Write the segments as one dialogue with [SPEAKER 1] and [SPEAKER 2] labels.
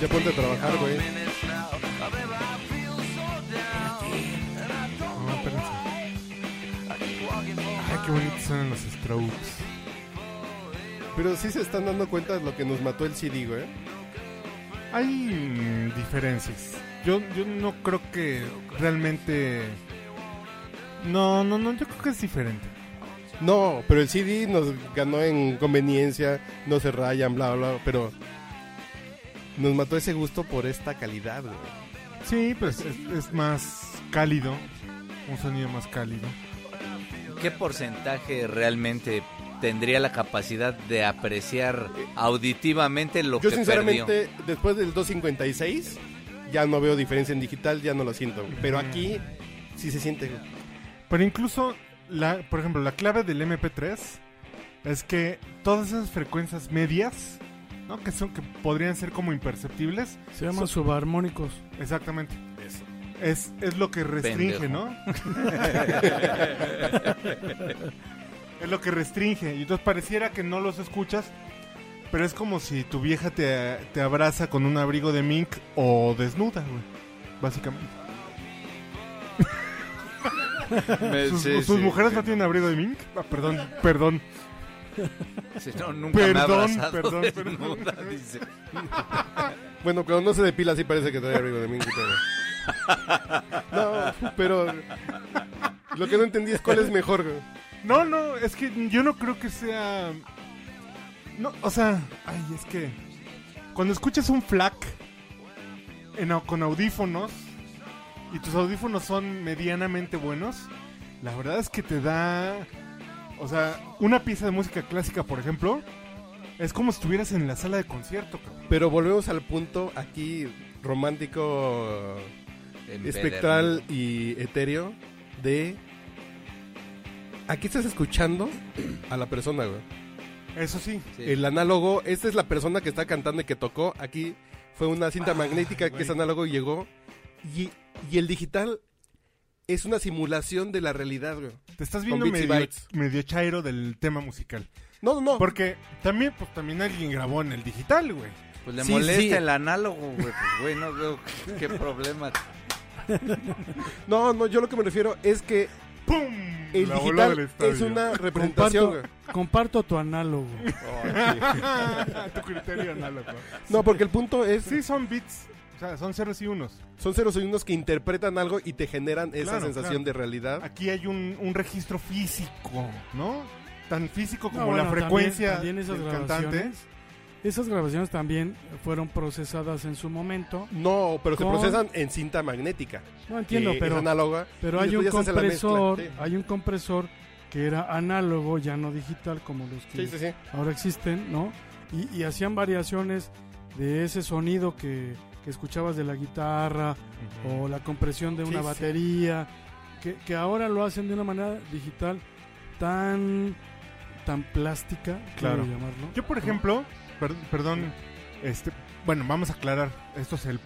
[SPEAKER 1] Ya ponte a trabajar, güey.
[SPEAKER 2] No, espérense. Ay, qué bonitos son los Strokes.
[SPEAKER 1] Pero sí se están dando cuenta de lo que nos mató el CD, güey.
[SPEAKER 2] Hay mm, diferencias. Yo, yo no creo que realmente... No, no, no, yo creo que es diferente.
[SPEAKER 1] No, pero el CD nos ganó en conveniencia, no se rayan, bla, bla, pero nos mató ese gusto por esta calidad, güey.
[SPEAKER 2] Sí, pues es, es más cálido, un sonido más cálido.
[SPEAKER 3] ¿Qué porcentaje realmente tendría la capacidad de apreciar auditivamente lo
[SPEAKER 1] Yo
[SPEAKER 3] que perdió?
[SPEAKER 1] sinceramente, después del 256, ya no veo diferencia en digital, ya no lo siento. güey. Pero aquí sí se siente, güey.
[SPEAKER 2] Pero incluso, la, por ejemplo, la clave del MP3 es que todas esas frecuencias medias, ¿no? Que son que podrían ser como imperceptibles,
[SPEAKER 4] Se llaman subarmónicos.
[SPEAKER 2] exactamente. Es, es lo que restringe,
[SPEAKER 3] Pendejo.
[SPEAKER 2] ¿no? es lo que restringe. Y entonces pareciera que no los escuchas, pero es como si tu vieja te, te abraza con un abrigo de mink o desnuda, güey. Básicamente.
[SPEAKER 5] Me-
[SPEAKER 2] ¿Sus,
[SPEAKER 5] sí,
[SPEAKER 2] sus
[SPEAKER 5] sí,
[SPEAKER 2] mujeres
[SPEAKER 5] sí.
[SPEAKER 2] no tienen abrigo de mink? Ah, perdón, perdón.
[SPEAKER 3] Sí, no, nunca me ha
[SPEAKER 2] Perdón,
[SPEAKER 3] abrazado
[SPEAKER 2] perdón,
[SPEAKER 3] desnuda,
[SPEAKER 2] perdón.
[SPEAKER 3] dice.
[SPEAKER 1] Bueno, cuando no se depila, sí parece que trae abrigo de Minky, pero. No, pero. Lo que no entendí es cuál es mejor, güey.
[SPEAKER 2] No, no, es que yo no creo que sea. No, o sea, ay, es que. Cuando escuchas un flac en au- con audífonos y tus audífonos son medianamente buenos, la verdad es que te da. O sea, una pieza de música clásica, por ejemplo, es como si estuvieras en la sala de concierto, cabrón.
[SPEAKER 1] Pero volvemos al punto aquí romántico,
[SPEAKER 3] Empedernido.
[SPEAKER 1] espectral y etéreo de... Aquí estás escuchando a la persona, güey.
[SPEAKER 2] Eso sí.
[SPEAKER 3] Sí.
[SPEAKER 1] El análogo, esta es la persona que está cantando y que tocó. Aquí fue una cinta
[SPEAKER 3] Ah,
[SPEAKER 1] magnética que
[SPEAKER 2] güey.
[SPEAKER 1] es análogo y llegó. Y, y el digital es una simulación de la realidad, güey.
[SPEAKER 2] Te estás
[SPEAKER 1] Con
[SPEAKER 2] viendo
[SPEAKER 1] Beats y
[SPEAKER 2] medio,
[SPEAKER 1] Bytes. Oh.
[SPEAKER 2] medio chairo del tema musical.
[SPEAKER 1] No, no, no.
[SPEAKER 2] Porque también, pues también alguien grabó en el digital, güey.
[SPEAKER 3] Pues le
[SPEAKER 1] Sí,
[SPEAKER 3] molesta
[SPEAKER 1] sí.
[SPEAKER 3] el análogo, güey. Pues, güey, no veo qué- qué problema.
[SPEAKER 1] No, no, yo lo que me refiero es que
[SPEAKER 2] ¡Pum!
[SPEAKER 1] el
[SPEAKER 2] La bola del
[SPEAKER 1] digital es
[SPEAKER 2] estadio.
[SPEAKER 1] una representación,
[SPEAKER 4] Comparto,
[SPEAKER 1] güey.
[SPEAKER 4] comparto tu análogo.
[SPEAKER 2] A Ah, tu criterio análogo.
[SPEAKER 1] No, porque el punto es...
[SPEAKER 2] Sí, son bits. O sea, son ceros y unos.
[SPEAKER 1] Son ceros y unos que interpretan algo y te generan esa
[SPEAKER 2] Claro,
[SPEAKER 1] sensación
[SPEAKER 2] claro.
[SPEAKER 1] de realidad.
[SPEAKER 2] Aquí hay un, un registro físico, ¿no? Tan físico como
[SPEAKER 4] No, bueno,
[SPEAKER 2] la
[SPEAKER 4] también-
[SPEAKER 2] frecuencia
[SPEAKER 4] también esas
[SPEAKER 2] del
[SPEAKER 4] grabaciones.
[SPEAKER 2] cantante.
[SPEAKER 4] Esas grabaciones también fueron procesadas en su momento.
[SPEAKER 1] No, pero se
[SPEAKER 4] Con-
[SPEAKER 1] procesan en cinta magnética.
[SPEAKER 4] No entiendo,
[SPEAKER 1] que
[SPEAKER 4] pero
[SPEAKER 1] es análoga.
[SPEAKER 4] Pero
[SPEAKER 1] y
[SPEAKER 4] hay un
[SPEAKER 1] después ya se hace la mezcla.
[SPEAKER 4] compresor,
[SPEAKER 1] Sí.
[SPEAKER 4] hay un compresor que era análogo, ya no digital como los
[SPEAKER 1] Sí,
[SPEAKER 4] que
[SPEAKER 1] sí, sí.
[SPEAKER 4] ahora existen, ¿no? Y, y hacían variaciones de ese sonido que, que escuchabas de la guitarra o la compresión de
[SPEAKER 1] Sí,
[SPEAKER 4] una
[SPEAKER 1] sí.
[SPEAKER 4] batería, que, que ahora lo hacen de una manera digital tan tan plástica,
[SPEAKER 2] Claro.
[SPEAKER 4] quiero llamarlo.
[SPEAKER 2] Yo, por ejemplo, per- perdón, este, bueno, vamos a aclarar. Esto es el
[SPEAKER 1] qué?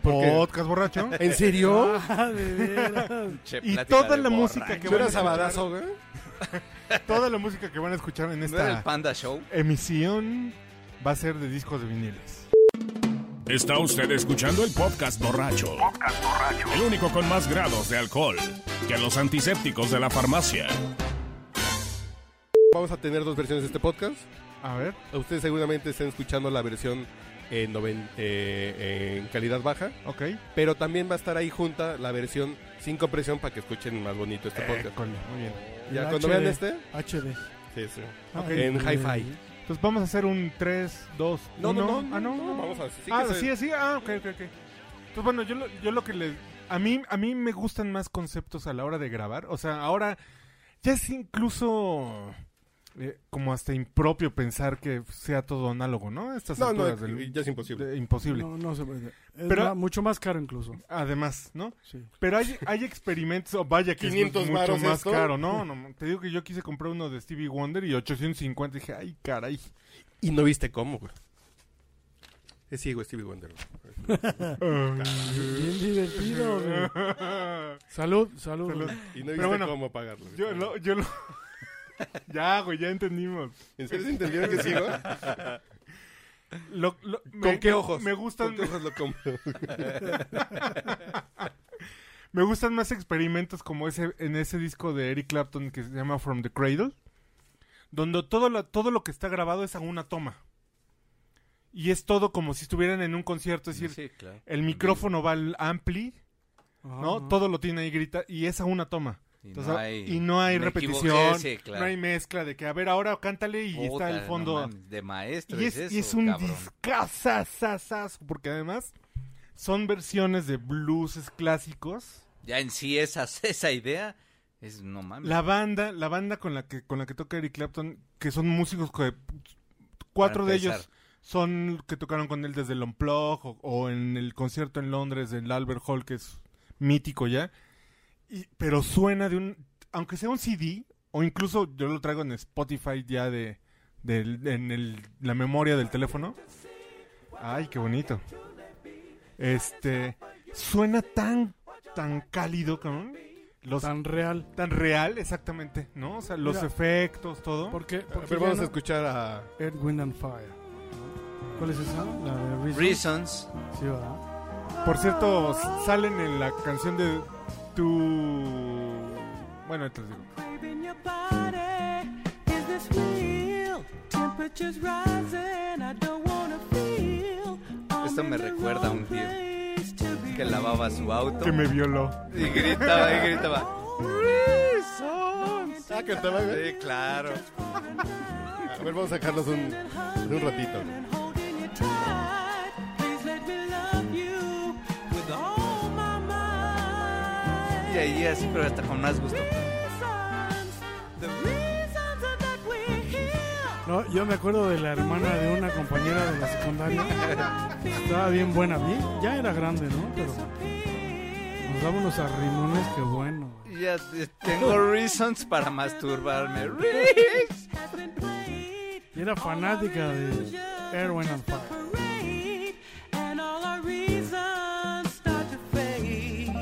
[SPEAKER 2] podcast borracho.
[SPEAKER 1] ¿En serio?
[SPEAKER 4] Ah, de veras.
[SPEAKER 3] Che,
[SPEAKER 2] Y
[SPEAKER 3] plática
[SPEAKER 2] toda
[SPEAKER 3] de
[SPEAKER 2] la
[SPEAKER 3] borra.
[SPEAKER 2] música que
[SPEAKER 1] Yo
[SPEAKER 2] van
[SPEAKER 1] era
[SPEAKER 2] a escuchar,
[SPEAKER 1] sabadazo, güey.
[SPEAKER 2] toda la música que van a escuchar en
[SPEAKER 3] ¿No era el
[SPEAKER 2] esta
[SPEAKER 3] Panda Show?
[SPEAKER 2] emisión va a ser de discos de viniles.
[SPEAKER 6] Está usted escuchando el podcast borracho. El único con más grados de alcohol que los antisépticos de la farmacia.
[SPEAKER 1] Vamos a tener dos versiones de este podcast.
[SPEAKER 2] A ver,
[SPEAKER 1] Ustedes seguramente estén escuchando la versión en, noven- eh, en calidad baja,
[SPEAKER 2] ok.
[SPEAKER 1] pero
[SPEAKER 2] Eh,
[SPEAKER 1] también va a estar ahí junta la versión sin compresión para que escuchen más bonito este podcast.
[SPEAKER 2] École, muy bien.
[SPEAKER 1] Ya,
[SPEAKER 4] El
[SPEAKER 1] cuando
[SPEAKER 4] HD,
[SPEAKER 1] vean este.
[SPEAKER 4] HD.
[SPEAKER 1] Sí, sí.
[SPEAKER 2] Ok.
[SPEAKER 1] En
[SPEAKER 4] Ay,
[SPEAKER 1] hi-fi.
[SPEAKER 2] Pues vamos a hacer un 3, 2,
[SPEAKER 1] No,
[SPEAKER 2] 1.
[SPEAKER 1] no, no,
[SPEAKER 2] Ah,
[SPEAKER 1] no, no, vamos a- sí que
[SPEAKER 2] ah,
[SPEAKER 1] se-
[SPEAKER 2] sí, sí. Ah, ok, ok, ok. Pues bueno, yo lo, yo lo que le... A mí, a mí me gustan más conceptos a la hora de grabar. O sea, ahora ya es incluso... eh, como hasta impropio pensar que sea todo análogo, ¿no? A Estas
[SPEAKER 1] No, no,
[SPEAKER 2] alturas del-
[SPEAKER 1] ya es imposible.
[SPEAKER 2] de- imposible.
[SPEAKER 4] No, no se puede. Es
[SPEAKER 2] Pero-
[SPEAKER 4] ma- mucho más caro incluso.
[SPEAKER 2] Además, ¿no?
[SPEAKER 4] Sí.
[SPEAKER 2] Pero hay, hay experimentos, oh, vaya que
[SPEAKER 1] 500
[SPEAKER 2] es mucho
[SPEAKER 1] varos
[SPEAKER 2] más
[SPEAKER 1] esto.
[SPEAKER 2] caro. No, no, te digo que yo quise comprar uno de Stevie Wonder y 850. Dije, ay, caray.
[SPEAKER 1] Y no viste cómo, güey. Es ciego Stevie Wonder. güey.
[SPEAKER 4] Bien divertido. güey. Salud, salud.
[SPEAKER 2] Salud.
[SPEAKER 1] Y no
[SPEAKER 2] Pero
[SPEAKER 1] viste
[SPEAKER 2] bueno,
[SPEAKER 1] cómo pagarlo. güey.
[SPEAKER 2] Yo lo, yo lo... ya, güey, ya entendimos.
[SPEAKER 1] ¿En serio se entendieron que es ciego?
[SPEAKER 2] Lo- lo- me-
[SPEAKER 1] ¿Con qué ojos?
[SPEAKER 2] Me gustan,
[SPEAKER 1] ¿Con qué ojos lo compro?
[SPEAKER 2] me gustan más experimentos como ese en ese disco de Eric Clapton que se llama From the Cradle, donde todo lo, todo lo que está grabado es a una toma. Y es todo como si estuvieran en un concierto, es decir,
[SPEAKER 3] Sí, claro.
[SPEAKER 2] el micrófono va al ampli,
[SPEAKER 4] Ajá,
[SPEAKER 2] ¿no?
[SPEAKER 4] ajá.
[SPEAKER 2] Todo lo tiene ahí grita y es a una toma.
[SPEAKER 3] Y
[SPEAKER 2] Entonces,
[SPEAKER 3] no hay,
[SPEAKER 2] y no hay
[SPEAKER 3] me equivoqué,
[SPEAKER 2] repetición,
[SPEAKER 3] sí, claro.
[SPEAKER 2] no hay mezcla de que, a ver, ahora cántale y está
[SPEAKER 3] Puta,
[SPEAKER 2] el fondo.
[SPEAKER 3] no mames, de maestro.
[SPEAKER 2] Y es,
[SPEAKER 3] es,
[SPEAKER 2] y es
[SPEAKER 3] eso,
[SPEAKER 2] un
[SPEAKER 3] cabrón.
[SPEAKER 2] discazazazazo, porque además son versiones de blues clásicos.
[SPEAKER 3] Ya en sí esa, esa idea es no mames.
[SPEAKER 2] La banda, la banda con la que con la que toca Eric Clapton, que son músicos que cuatro
[SPEAKER 3] Para
[SPEAKER 2] de
[SPEAKER 3] empezar.
[SPEAKER 2] ellos son que tocaron con él desde el Unplugged o, o en el concierto en Londres del Albert Hall que es mítico ya. Y, pero suena de un aunque sea un CD o incluso yo lo traigo en Spotify ya de, del- en el- la memoria del teléfono. Ay, qué bonito. Este suena tan tan cálido, cabrón. Los
[SPEAKER 4] Tan real.
[SPEAKER 2] tan real, exactamente, ¿no? O sea, los
[SPEAKER 4] Mira.
[SPEAKER 2] efectos, todo.
[SPEAKER 4] Porque,
[SPEAKER 1] A
[SPEAKER 4] porque
[SPEAKER 1] ver, vamos a
[SPEAKER 4] ya no-
[SPEAKER 1] escuchar a...
[SPEAKER 4] Earth, Wind and Fire. ¿Cuál es esa? La de Reason.
[SPEAKER 3] Reasons.
[SPEAKER 4] Sí, ¿verdad?
[SPEAKER 2] Por cierto, s- salen en la canción de tu... Bueno, ahorita les digo.
[SPEAKER 5] in your body. Is this real? Temperatures rising. I don't wanna feel.
[SPEAKER 3] Esto me recuerda a un tío que lavaba su auto
[SPEAKER 2] Que me violó.
[SPEAKER 3] y gritaba, y gritaba.
[SPEAKER 1] Ah, que te va, güey.
[SPEAKER 3] Sí, claro.
[SPEAKER 1] A ver, vamos a dejarlos un, un ratito.
[SPEAKER 5] And holding you tight. Please let me love you with all my mind.
[SPEAKER 3] Y ahí así, pero hasta con más gusto.
[SPEAKER 5] Reasons, the reasons are that we're here.
[SPEAKER 4] No, yo me acuerdo de la hermana de una compañera de la secundaria. Estaba bien buena. Bien, ya era grande, ¿no? Pero nos dábamos a rimones, qué bueno. güey.
[SPEAKER 3] Ya te- tengo reasons para masturbarme. Reasons.
[SPEAKER 4] Y era fanática de Earth, Wind and Fire.
[SPEAKER 5] parade, and all our reasons start to fade.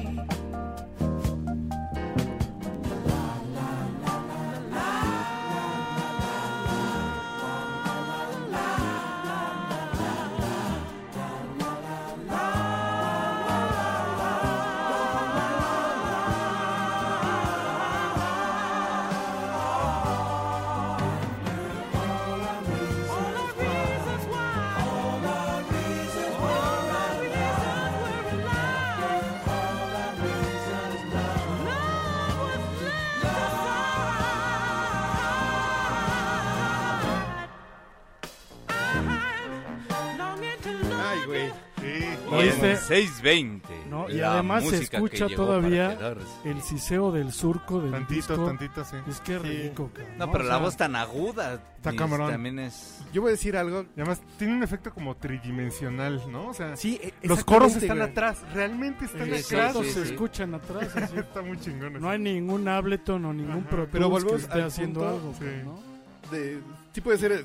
[SPEAKER 1] Ay, güey.
[SPEAKER 3] Ah,
[SPEAKER 4] ¿Lo viste?
[SPEAKER 3] 620.
[SPEAKER 4] No, y
[SPEAKER 3] La
[SPEAKER 4] además se
[SPEAKER 3] música que
[SPEAKER 4] escucha
[SPEAKER 3] llegó
[SPEAKER 4] todavía
[SPEAKER 3] para quedarse.
[SPEAKER 4] el siseo del surco del
[SPEAKER 2] Tantito,
[SPEAKER 4] disco.
[SPEAKER 2] tantito, sí.
[SPEAKER 4] Es que rico, cabrón,
[SPEAKER 3] No, pero
[SPEAKER 4] O
[SPEAKER 3] la
[SPEAKER 4] sea,
[SPEAKER 3] voz tan aguda.
[SPEAKER 2] Está
[SPEAKER 3] y
[SPEAKER 2] cabrón.
[SPEAKER 3] También es.
[SPEAKER 1] Yo voy a decir algo.
[SPEAKER 2] Y además tiene un efecto como tridimensional, ¿no? O sea,
[SPEAKER 1] Sí,
[SPEAKER 2] los coros están atrás. Realmente están
[SPEAKER 4] Los
[SPEAKER 3] Sí, sí,
[SPEAKER 2] atrás.
[SPEAKER 4] gatos
[SPEAKER 3] sí,
[SPEAKER 4] se
[SPEAKER 3] sí.
[SPEAKER 4] escuchan atrás. así.
[SPEAKER 2] Está muy chingón.
[SPEAKER 4] No hay ningún Ableton o ningún
[SPEAKER 2] Ajá.
[SPEAKER 4] Pro
[SPEAKER 1] Pero
[SPEAKER 4] Tools que
[SPEAKER 1] volvemos
[SPEAKER 4] esté
[SPEAKER 1] al
[SPEAKER 4] haciendo
[SPEAKER 1] punto,
[SPEAKER 4] algo,
[SPEAKER 2] sí.
[SPEAKER 4] güey, ¿no?
[SPEAKER 1] De, sí puede ser eh,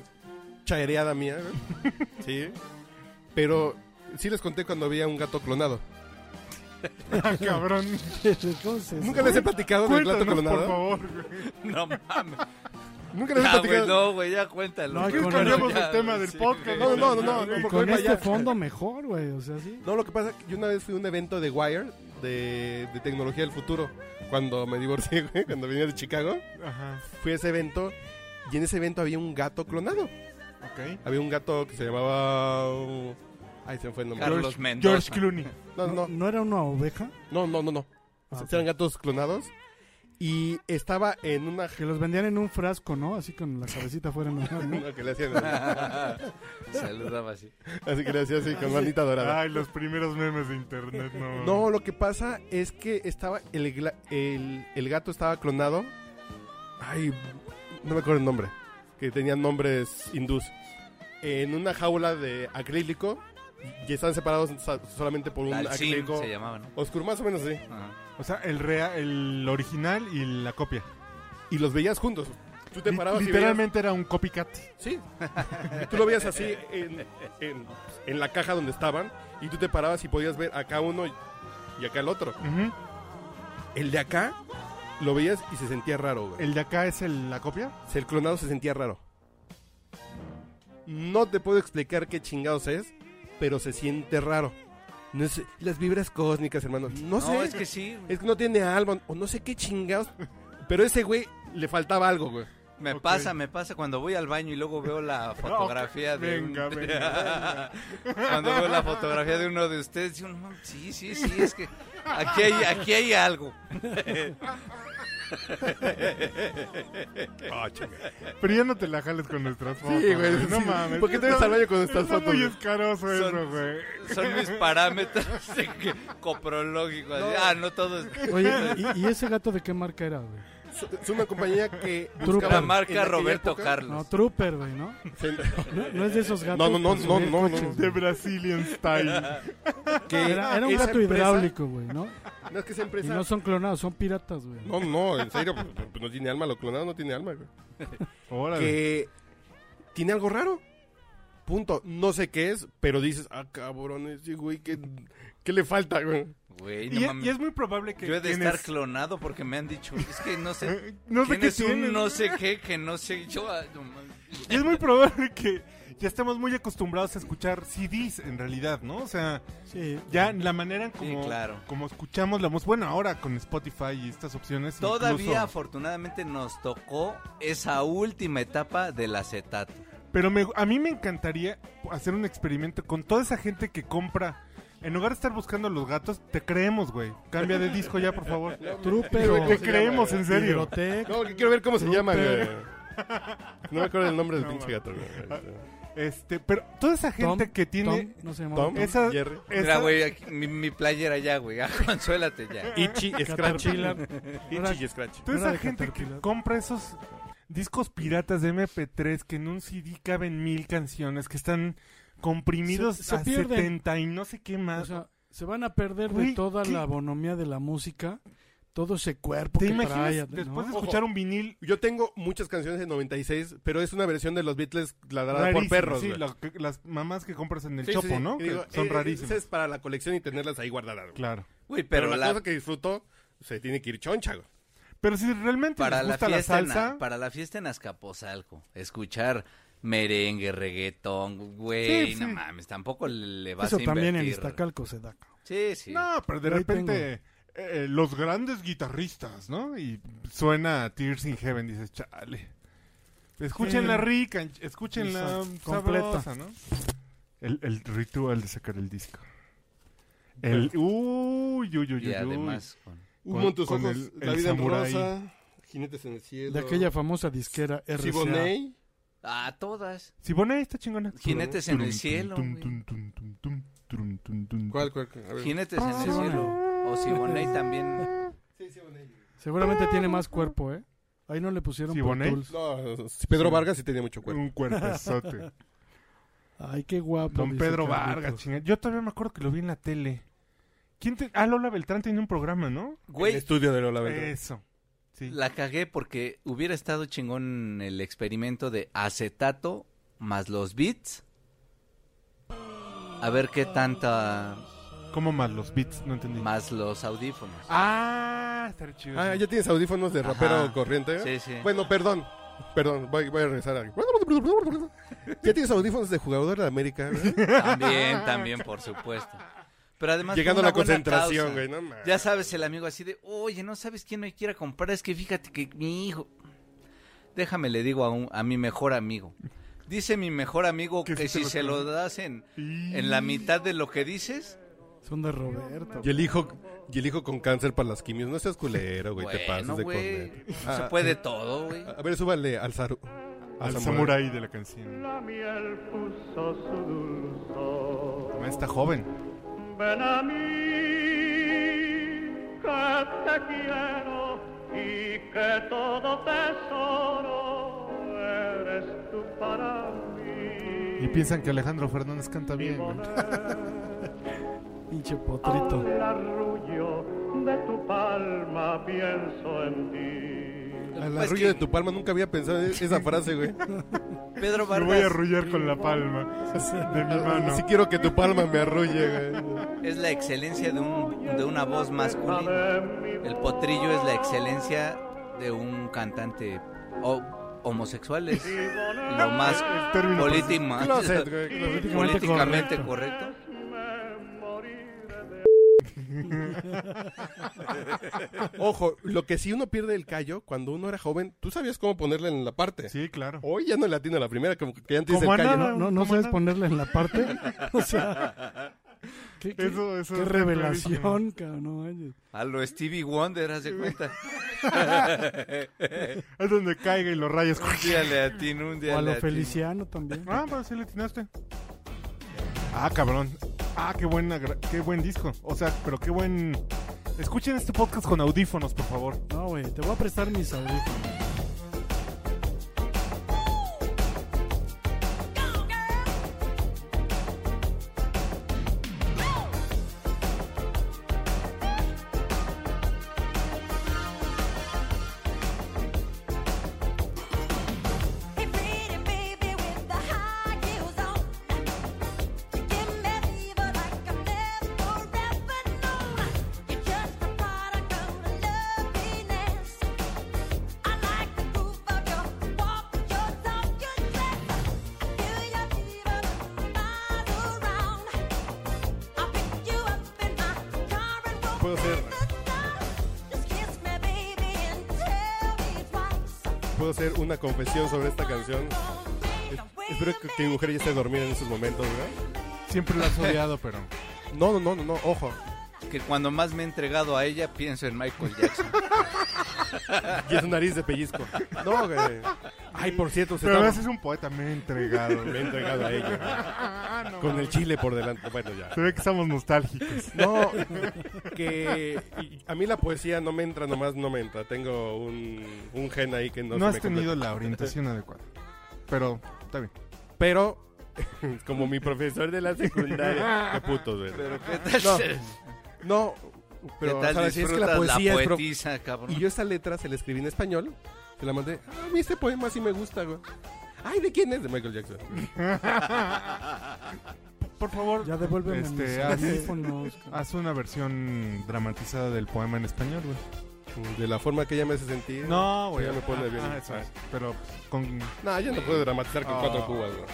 [SPEAKER 1] chaereada mía, güey. Sí. Pero sí les conté cuando había un gato clonado.
[SPEAKER 2] así. Ah, cabrón.
[SPEAKER 4] Entonces,
[SPEAKER 1] Nunca les he platicado del gato
[SPEAKER 2] Cuéntanos, por
[SPEAKER 1] clonado.
[SPEAKER 2] favor. Ah, güey.
[SPEAKER 3] No mames.
[SPEAKER 1] Nunca les he
[SPEAKER 3] Ya, güey,
[SPEAKER 1] platicado.
[SPEAKER 3] no, güey, ya cuéntalo.
[SPEAKER 4] No,
[SPEAKER 3] güey.
[SPEAKER 4] con-
[SPEAKER 2] Cambiamos
[SPEAKER 3] Ya,
[SPEAKER 2] el tema del
[SPEAKER 3] sí,
[SPEAKER 2] podcast.
[SPEAKER 1] No, no, no, no,
[SPEAKER 2] güey.
[SPEAKER 1] no,
[SPEAKER 4] con
[SPEAKER 1] Voy
[SPEAKER 4] este
[SPEAKER 1] para allá.
[SPEAKER 4] fondo mejor, güey, o sea, sí.
[SPEAKER 1] No, lo que pasa es que yo una vez fui a un evento de Wire de, de tecnología del futuro. Cuando me divorcié, güey, cuando venía de Chicago,
[SPEAKER 2] Ajá,
[SPEAKER 1] fui a ese evento y en ese evento había un gato clonado.
[SPEAKER 2] ok.
[SPEAKER 1] Había un gato que se llamaba. uh, Ay, se me fue el nombre.
[SPEAKER 3] Carlos
[SPEAKER 2] George
[SPEAKER 3] Mendoza.
[SPEAKER 2] Clooney.
[SPEAKER 1] No, no,
[SPEAKER 4] ¿No era una oveja?
[SPEAKER 1] no, no, no. no.
[SPEAKER 4] Ah,
[SPEAKER 1] Eran gatos clonados. Y estaba en una...
[SPEAKER 4] Que los vendían en un frasco, ¿no? Así con la cabecita afuera. ¿no?
[SPEAKER 1] no, que le hacían así,
[SPEAKER 3] Saludaba así.
[SPEAKER 1] así que le hacía así con manita dorada.
[SPEAKER 2] Ay, los primeros memes de internet, no.
[SPEAKER 1] No, lo que pasa es que estaba el, gla- el, el gato estaba clonado. Ay, no me acuerdo el nombre. Que tenían nombres hindús. En una jaula de acrílico y estaban separados sa- solamente por un
[SPEAKER 3] Dalsim
[SPEAKER 1] acrílico
[SPEAKER 3] se llamaba, ¿no?
[SPEAKER 1] oscuro, más o menos así.
[SPEAKER 3] Ajá.
[SPEAKER 2] O sea, el, rea- el original y la copia.
[SPEAKER 1] Y los veías juntos. Tú te
[SPEAKER 2] Li-
[SPEAKER 1] parabas y veías-
[SPEAKER 2] Literalmente era un copycat.
[SPEAKER 1] Sí. Y tú lo veías así en, en- en la caja donde estaban y tú te parabas y podías ver acá uno y, y acá el otro.
[SPEAKER 2] Ujú.
[SPEAKER 1] El de acá lo veías y se sentía raro, güey.
[SPEAKER 2] El de acá es el- la copia.
[SPEAKER 1] Si El clonado se sentía raro. No te puedo explicar qué chingados es, pero se siente raro. No sé, las vibras cósmicas, hermano. No,
[SPEAKER 3] No,
[SPEAKER 1] sé.
[SPEAKER 3] es que sí.
[SPEAKER 1] es que no tiene alma o no sé qué chingados. Pero ese güey le faltaba algo, güey.
[SPEAKER 3] Me
[SPEAKER 2] Ok.
[SPEAKER 3] pasa, me pasa cuando voy al baño y luego veo la fotografía de un-
[SPEAKER 2] venga, venga,
[SPEAKER 3] cuando veo la fotografía de uno de ustedes, digo, no, mames, sí, sí, sí, es que aquí hay, aquí hay algo.
[SPEAKER 1] eh.
[SPEAKER 2] Pero ya no te la jales con nuestras fotos. güey, No mames.
[SPEAKER 1] ¿Por qué te ves al baño con estas
[SPEAKER 2] Está
[SPEAKER 1] fotos?
[SPEAKER 2] muy escaroso eso,
[SPEAKER 3] Son-
[SPEAKER 2] güey.
[SPEAKER 3] Son mis parámetros de que- coprológicos. así, Ah, no todo es
[SPEAKER 4] Oye, ¿y, y ese gato de qué marca era, güey?
[SPEAKER 1] Es- Es una compañía que
[SPEAKER 4] Trupa.
[SPEAKER 1] buscaba
[SPEAKER 3] la
[SPEAKER 1] en
[SPEAKER 3] marca
[SPEAKER 1] aquella
[SPEAKER 3] Roberto
[SPEAKER 1] época-
[SPEAKER 4] No,
[SPEAKER 3] Carlos.
[SPEAKER 4] Trooper, güey, ¿no?
[SPEAKER 1] se-
[SPEAKER 4] No, no es de esos gatos.
[SPEAKER 1] No, no, no,
[SPEAKER 4] para
[SPEAKER 1] no,
[SPEAKER 4] subir
[SPEAKER 1] no,
[SPEAKER 4] coches,
[SPEAKER 1] no.
[SPEAKER 4] güey.
[SPEAKER 2] De Brazilian Style.
[SPEAKER 1] que
[SPEAKER 4] Era, era un
[SPEAKER 1] esa
[SPEAKER 4] gato
[SPEAKER 1] empresa-
[SPEAKER 4] hidráulico, güey, ¿no?
[SPEAKER 1] No es que esa
[SPEAKER 4] Y
[SPEAKER 1] empresa
[SPEAKER 4] no son clonados, son piratas, güey.
[SPEAKER 1] No, no, en serio, pues, pues, no tiene alma, lo clonado no tiene alma, güey.
[SPEAKER 2] Órale.
[SPEAKER 1] que tiene algo raro. Punto. No sé qué es, pero dices, ah, cabrón, ese güey, ¿qué, qué le falta, güey?
[SPEAKER 3] Güey, no
[SPEAKER 2] Y,
[SPEAKER 3] mames.
[SPEAKER 2] y es muy probable que
[SPEAKER 3] Yo he de
[SPEAKER 2] quienes-
[SPEAKER 3] estar clonado porque me han dicho, es que no sé.
[SPEAKER 2] Eh, No sé qué
[SPEAKER 3] tienes un
[SPEAKER 2] tiene.
[SPEAKER 3] no sé qué que no sé yo. ah, no mames.
[SPEAKER 2] Y es muy probable que ya estamos muy acostumbrados a escuchar CDs en realidad, ¿no? O sea,
[SPEAKER 4] Sí.
[SPEAKER 2] ya la manera en como,
[SPEAKER 3] claro.
[SPEAKER 2] como escuchamos la música. Bueno, ahora con Spotify y estas opciones.
[SPEAKER 3] Todavía
[SPEAKER 2] incluso-
[SPEAKER 3] afortunadamente nos tocó esa última etapa del acetato.
[SPEAKER 2] pero me- a mí me encantaría hacer un experimento con toda esa gente que compra. En lugar de estar buscando a los gatos, te creemos, güey. Cambia de disco ya, por favor.
[SPEAKER 4] Trooper.
[SPEAKER 1] Pero-
[SPEAKER 4] o
[SPEAKER 2] Te
[SPEAKER 1] se
[SPEAKER 2] creemos, en serio.
[SPEAKER 4] Hidrotec.
[SPEAKER 1] No, que quiero ver cómo se llama, güey.
[SPEAKER 4] Rupert.
[SPEAKER 1] No me acuerdo el nombre del
[SPEAKER 2] No,
[SPEAKER 1] pinche
[SPEAKER 2] man.
[SPEAKER 1] gato, güey.
[SPEAKER 2] Este, pero toda esa gente
[SPEAKER 4] Tom,
[SPEAKER 2] que tiene...
[SPEAKER 4] Tom, no se llamaba.
[SPEAKER 1] Tom,
[SPEAKER 2] Esa-
[SPEAKER 1] Jerry,
[SPEAKER 2] esa-
[SPEAKER 3] Mira, güey, aquí- mi, mi playera ya, güey. ah, Consuélate ya.
[SPEAKER 1] Itchy, Scratchy.
[SPEAKER 4] Caterpillar.
[SPEAKER 1] Itchy y Scratchy.
[SPEAKER 2] Toda
[SPEAKER 4] No era
[SPEAKER 2] esa
[SPEAKER 4] de
[SPEAKER 2] gente que
[SPEAKER 4] Caterpillar.
[SPEAKER 2] compra esos discos piratas de MP3 que en un CD caben mil canciones, que están comprimidos
[SPEAKER 4] Se- se
[SPEAKER 2] a
[SPEAKER 4] pierden.
[SPEAKER 2] 70 y no sé qué
[SPEAKER 4] O
[SPEAKER 2] más.
[SPEAKER 4] sea, se van a perder
[SPEAKER 2] Güey,
[SPEAKER 4] de toda
[SPEAKER 2] ¿qué?
[SPEAKER 4] la bonomía de la música, todo ese cuerpo
[SPEAKER 2] ¿Te
[SPEAKER 4] que
[SPEAKER 2] imaginas
[SPEAKER 4] trae. ¿no?
[SPEAKER 2] después de escuchar un vinil
[SPEAKER 1] Yo tengo muchas canciones de 96, pero es una versión de los Beatles ladrada
[SPEAKER 2] rarísimo?
[SPEAKER 1] por perros,
[SPEAKER 2] Sí,
[SPEAKER 1] güey.
[SPEAKER 2] lo que- las mamás que compras en el
[SPEAKER 1] Sí, sí,
[SPEAKER 2] chopo,
[SPEAKER 1] sí,
[SPEAKER 2] ¿no?
[SPEAKER 1] que
[SPEAKER 2] Que
[SPEAKER 1] digo,
[SPEAKER 2] son
[SPEAKER 1] eh,
[SPEAKER 2] rarísimas.
[SPEAKER 1] Esa es para la colección y tenerlas ahí guardadas, güey.
[SPEAKER 2] Claro.
[SPEAKER 3] Uy,
[SPEAKER 1] Pero,
[SPEAKER 3] pero,
[SPEAKER 1] la,
[SPEAKER 3] la,
[SPEAKER 1] cosa que disfruto se tiene que ir choncha, güey.
[SPEAKER 2] Pero si realmente
[SPEAKER 3] para
[SPEAKER 2] les
[SPEAKER 3] la
[SPEAKER 2] gusta la,
[SPEAKER 3] fiesta, en a-
[SPEAKER 2] salsa,
[SPEAKER 3] para la fiesta en Azcapotzalco, escuchar merengue, reggaetón, güey,
[SPEAKER 2] Sí,
[SPEAKER 3] no
[SPEAKER 2] sí.
[SPEAKER 3] mames, tampoco le vas
[SPEAKER 4] Eso
[SPEAKER 3] a invertir.
[SPEAKER 4] también en Iztacalco se da. cabrón.
[SPEAKER 3] Sí, sí.
[SPEAKER 2] no, pero de
[SPEAKER 4] Ahí
[SPEAKER 2] repente eh, los grandes guitarristas, ¿no? Y suena Tears in Heaven, dices, chale. Escúchenla
[SPEAKER 4] Sí.
[SPEAKER 2] rica, escúchenla
[SPEAKER 4] Esa,
[SPEAKER 2] completa,
[SPEAKER 4] completa.
[SPEAKER 2] ¿no? El, el ritual de sacar el disco. El uy, uy, uy, uy,
[SPEAKER 3] y
[SPEAKER 2] uy.
[SPEAKER 3] además, con-
[SPEAKER 1] Humo en tus
[SPEAKER 2] con
[SPEAKER 1] ojos,
[SPEAKER 2] el-
[SPEAKER 1] la
[SPEAKER 2] el
[SPEAKER 1] vida en
[SPEAKER 2] samurái.
[SPEAKER 1] rosa, jinetes en el cielo.
[SPEAKER 4] De aquella famosa disquera RCA.
[SPEAKER 1] Siboney.
[SPEAKER 3] Ah, todas.
[SPEAKER 2] Si pone está chingona.
[SPEAKER 3] Jinetes en el cielo, güey.
[SPEAKER 1] ¿Cuál, cuál? cuál? A ver.
[SPEAKER 3] Jinetes en el
[SPEAKER 4] Simone.
[SPEAKER 3] cielo. O Simonei también.
[SPEAKER 4] Seguramente tiene más cuerpo, ¿eh? Ahí no le pusieron
[SPEAKER 2] Sí,
[SPEAKER 4] Pro
[SPEAKER 2] Bonet.
[SPEAKER 4] Tools.
[SPEAKER 1] No, sí, Pedro Vargas sí tenía mucho cuerpo.
[SPEAKER 2] Un cuerpezote.
[SPEAKER 4] Ay, qué guapo.
[SPEAKER 2] Don
[SPEAKER 4] dice
[SPEAKER 2] Pedro
[SPEAKER 4] Carlitos.
[SPEAKER 2] Vargas, chinga. Yo todavía me acuerdo que lo vi en la tele. ¿Quién te... Ah, Lola Beltrán tenía un programa, ¿no?
[SPEAKER 1] El
[SPEAKER 3] Güey,
[SPEAKER 1] estudio de Lola Beltrán.
[SPEAKER 2] Eso. Sí.
[SPEAKER 3] la cagué porque hubiera estado chingón el experimento de acetato más los beats. A ver qué tanta
[SPEAKER 2] ¿Cómo más los beats? No entendí.
[SPEAKER 3] más los audífonos.
[SPEAKER 2] Ah, estar chido.
[SPEAKER 1] Ah, ya tienes audífonos de
[SPEAKER 3] Ajá.
[SPEAKER 1] rapero corriente.
[SPEAKER 3] Sí, sí.
[SPEAKER 1] Bueno, perdón. Perdón, voy, voy a regresar a... Ya tienes audífonos de jugador de América. ¿verdad?
[SPEAKER 3] También, también, por supuesto. Pero además fue
[SPEAKER 1] Llegando a
[SPEAKER 3] una
[SPEAKER 1] la
[SPEAKER 3] buena
[SPEAKER 1] concentración,
[SPEAKER 3] causa.
[SPEAKER 1] güey. No, mames.
[SPEAKER 3] Ya sabes, el amigo así de, oye, no sabes quién me quiera comprar, es que fíjate que mi hijo. Déjame, le digo a, un- a mi mejor amigo. Dice mi mejor amigo
[SPEAKER 2] Que
[SPEAKER 3] que,
[SPEAKER 2] sí te
[SPEAKER 3] si
[SPEAKER 2] lo
[SPEAKER 3] se lo das en, en la mitad de lo que dices,
[SPEAKER 4] Son de Roberto.
[SPEAKER 1] Y el hijo Y el hijo con cáncer para las quimios. No seas culero, güey. te
[SPEAKER 3] Bueno,
[SPEAKER 1] pasas de
[SPEAKER 3] güey.
[SPEAKER 1] corneta.
[SPEAKER 3] Se
[SPEAKER 1] Ah,
[SPEAKER 3] puede todo, güey.
[SPEAKER 1] A a ver, súbale al Saru.
[SPEAKER 2] Al samurái de la canción.
[SPEAKER 7] La miel puso su dulzor.
[SPEAKER 2] También está joven.
[SPEAKER 7] Ven a mí, que te quiero y que todo tesoro eres tú para mí.
[SPEAKER 2] Y piensan que Alejandro Fernández canta bien. güey.
[SPEAKER 4] Pinche potrito.
[SPEAKER 7] Al arrullo de tu palma pienso en ti.
[SPEAKER 1] Al
[SPEAKER 3] Pues
[SPEAKER 1] arrullo
[SPEAKER 3] que-
[SPEAKER 1] de tu palma nunca había pensado en esa frase, güey.
[SPEAKER 3] Pedro
[SPEAKER 2] Me voy a
[SPEAKER 3] Vargas
[SPEAKER 2] arrullar con la palma de mi mano.
[SPEAKER 1] Si quiero que tu palma me arrulle, güey.
[SPEAKER 3] es la excelencia de, un, de una voz masculina.
[SPEAKER 7] De mi
[SPEAKER 3] El potrillo es la excelencia de un cantante o- homosexual. Es lo más
[SPEAKER 2] término
[SPEAKER 3] polítima-
[SPEAKER 1] pues, Closet, güey. closet.
[SPEAKER 3] políticamente correcto.
[SPEAKER 1] Ojo, lo que sí uno pierde el callo, cuando uno era joven, tú sabías cómo ponerle en la parte.
[SPEAKER 2] Sí, claro.
[SPEAKER 1] Hoy ya no le atino a la primera, como que ya antes
[SPEAKER 2] Como
[SPEAKER 1] el
[SPEAKER 2] a
[SPEAKER 1] callo.
[SPEAKER 2] nada.
[SPEAKER 1] ¿no?
[SPEAKER 4] No, no, no
[SPEAKER 2] ¿Cómo
[SPEAKER 4] sabes
[SPEAKER 2] no?
[SPEAKER 4] ponerle en la parte. O sea. Qué, qué-
[SPEAKER 2] Eso- eso
[SPEAKER 4] qué
[SPEAKER 2] está
[SPEAKER 4] revelación, cabrón. no manches.
[SPEAKER 3] A lo Stevie Wonder, haz de cuenta.
[SPEAKER 2] Es donde caiga y los rayos.
[SPEAKER 3] Un día le atino, un día
[SPEAKER 4] O a
[SPEAKER 3] le
[SPEAKER 4] lo
[SPEAKER 3] atino.
[SPEAKER 4] Feliciano también.
[SPEAKER 2] Ah, pero sí le atinaste. Ah, cabrón. Ah, qué, buena, gra- qué buen disco. O sea, pero qué buen... Escuchen este podcast con audífonos, por favor.
[SPEAKER 4] No, güey, te voy a prestar mis audífonos.
[SPEAKER 8] Hey, pretty baby with the high heels on, you give me fever like I've never ever known. You're just a product of loveliness. I like the groove of your walk, your talk, your dress. I feel your fever miles around. I'll pick you up in my car and
[SPEAKER 1] Puedo
[SPEAKER 8] we'll
[SPEAKER 1] hacer-
[SPEAKER 8] take the time. Just kiss me, baby, and tell me twice.
[SPEAKER 1] Puedo hacer una confesión sobre esta canción. Es- Espero que, que mi mujer ya esté dormida en esos momentos, güey.
[SPEAKER 2] Siempre lo has odiado, pero...
[SPEAKER 1] No, no, no, no, no, ojo.
[SPEAKER 3] Que cuando más me he entregado a ella, pienso en Michael Jackson.
[SPEAKER 1] Y es nariz de pellizco. No, güey. Ay, por cierto, se
[SPEAKER 2] Pero
[SPEAKER 1] estaba...
[SPEAKER 2] además es un poeta, me he entregado.
[SPEAKER 1] Me he entregado a ella.
[SPEAKER 2] Ah,
[SPEAKER 1] güey. Con el chile por delante. Bueno, ya.
[SPEAKER 2] Se ve que estamos nostálgicos.
[SPEAKER 1] No, que y- a mí la poesía no me entra, nomás no me entra. Tengo un, un gen ahí que no,
[SPEAKER 2] No,
[SPEAKER 1] se
[SPEAKER 2] has
[SPEAKER 1] me
[SPEAKER 2] tenido la orientación adecuada. Pero está bien.
[SPEAKER 1] completa. Pero, como mi profesor de la secundaria, qué putos, güey.
[SPEAKER 3] Pero qué tal,
[SPEAKER 1] No,
[SPEAKER 3] ¿Qué
[SPEAKER 1] No, pero
[SPEAKER 3] tal
[SPEAKER 1] ¿sabes? es que
[SPEAKER 3] disfrutas
[SPEAKER 1] la poesía es pro-
[SPEAKER 3] poetisa, cabrón?
[SPEAKER 1] Y yo esa letra se la escribí en español, se la mandé. "Ah, A mí este poema sí me gusta, güey. Ay, ¿de quién es? De Michael Jackson.
[SPEAKER 2] Por favor,
[SPEAKER 4] Ya devuélveme
[SPEAKER 2] Este, Ah.
[SPEAKER 4] mis
[SPEAKER 2] haz-
[SPEAKER 4] audífonos. cabrón.
[SPEAKER 2] haz una versión dramatizada del poema en español, güey.
[SPEAKER 1] De la forma que ella me hace sentir.
[SPEAKER 2] No, Ah,
[SPEAKER 1] güey. Ya me pone bien.
[SPEAKER 2] eso es. Pero con.
[SPEAKER 1] No, yo no puedo dramatizar con
[SPEAKER 2] Ah.
[SPEAKER 1] cuatro cubas, güey.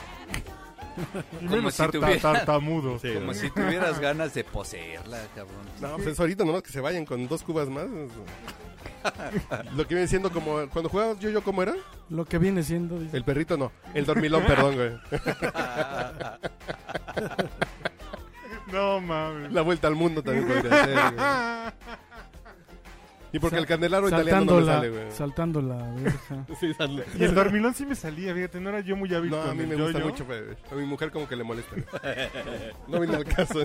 [SPEAKER 2] Y menos
[SPEAKER 3] si
[SPEAKER 2] tarta-
[SPEAKER 3] tuviera-
[SPEAKER 2] tartamudo.
[SPEAKER 1] Sí,
[SPEAKER 3] Como
[SPEAKER 1] güey.
[SPEAKER 3] si tuvieras ganas de poseerla, cabrón.
[SPEAKER 1] No, pues es ahorita nomás que se vayan con dos cubas más. Lo que viene siendo como cuando jugabas yo yo cómo era?
[SPEAKER 4] Lo que viene siendo. dice.
[SPEAKER 1] El perrito no, el dormilón, perdón, güey.
[SPEAKER 2] No mames.
[SPEAKER 1] La vuelta al mundo también podría ser. güey. Y porque el candelaro italiano no
[SPEAKER 4] saltando,
[SPEAKER 1] me
[SPEAKER 4] la,
[SPEAKER 1] sale, güey.
[SPEAKER 4] saltando la verja.
[SPEAKER 1] Sí, sale.
[SPEAKER 2] Y el dormilón sí me salía, fíjate, no era yo muy hábil
[SPEAKER 1] No,
[SPEAKER 2] con
[SPEAKER 1] a mí
[SPEAKER 2] el
[SPEAKER 1] me gusta
[SPEAKER 2] yo-yo.
[SPEAKER 1] mucho, güey. A mi mujer como que le molesta. No viene al caso.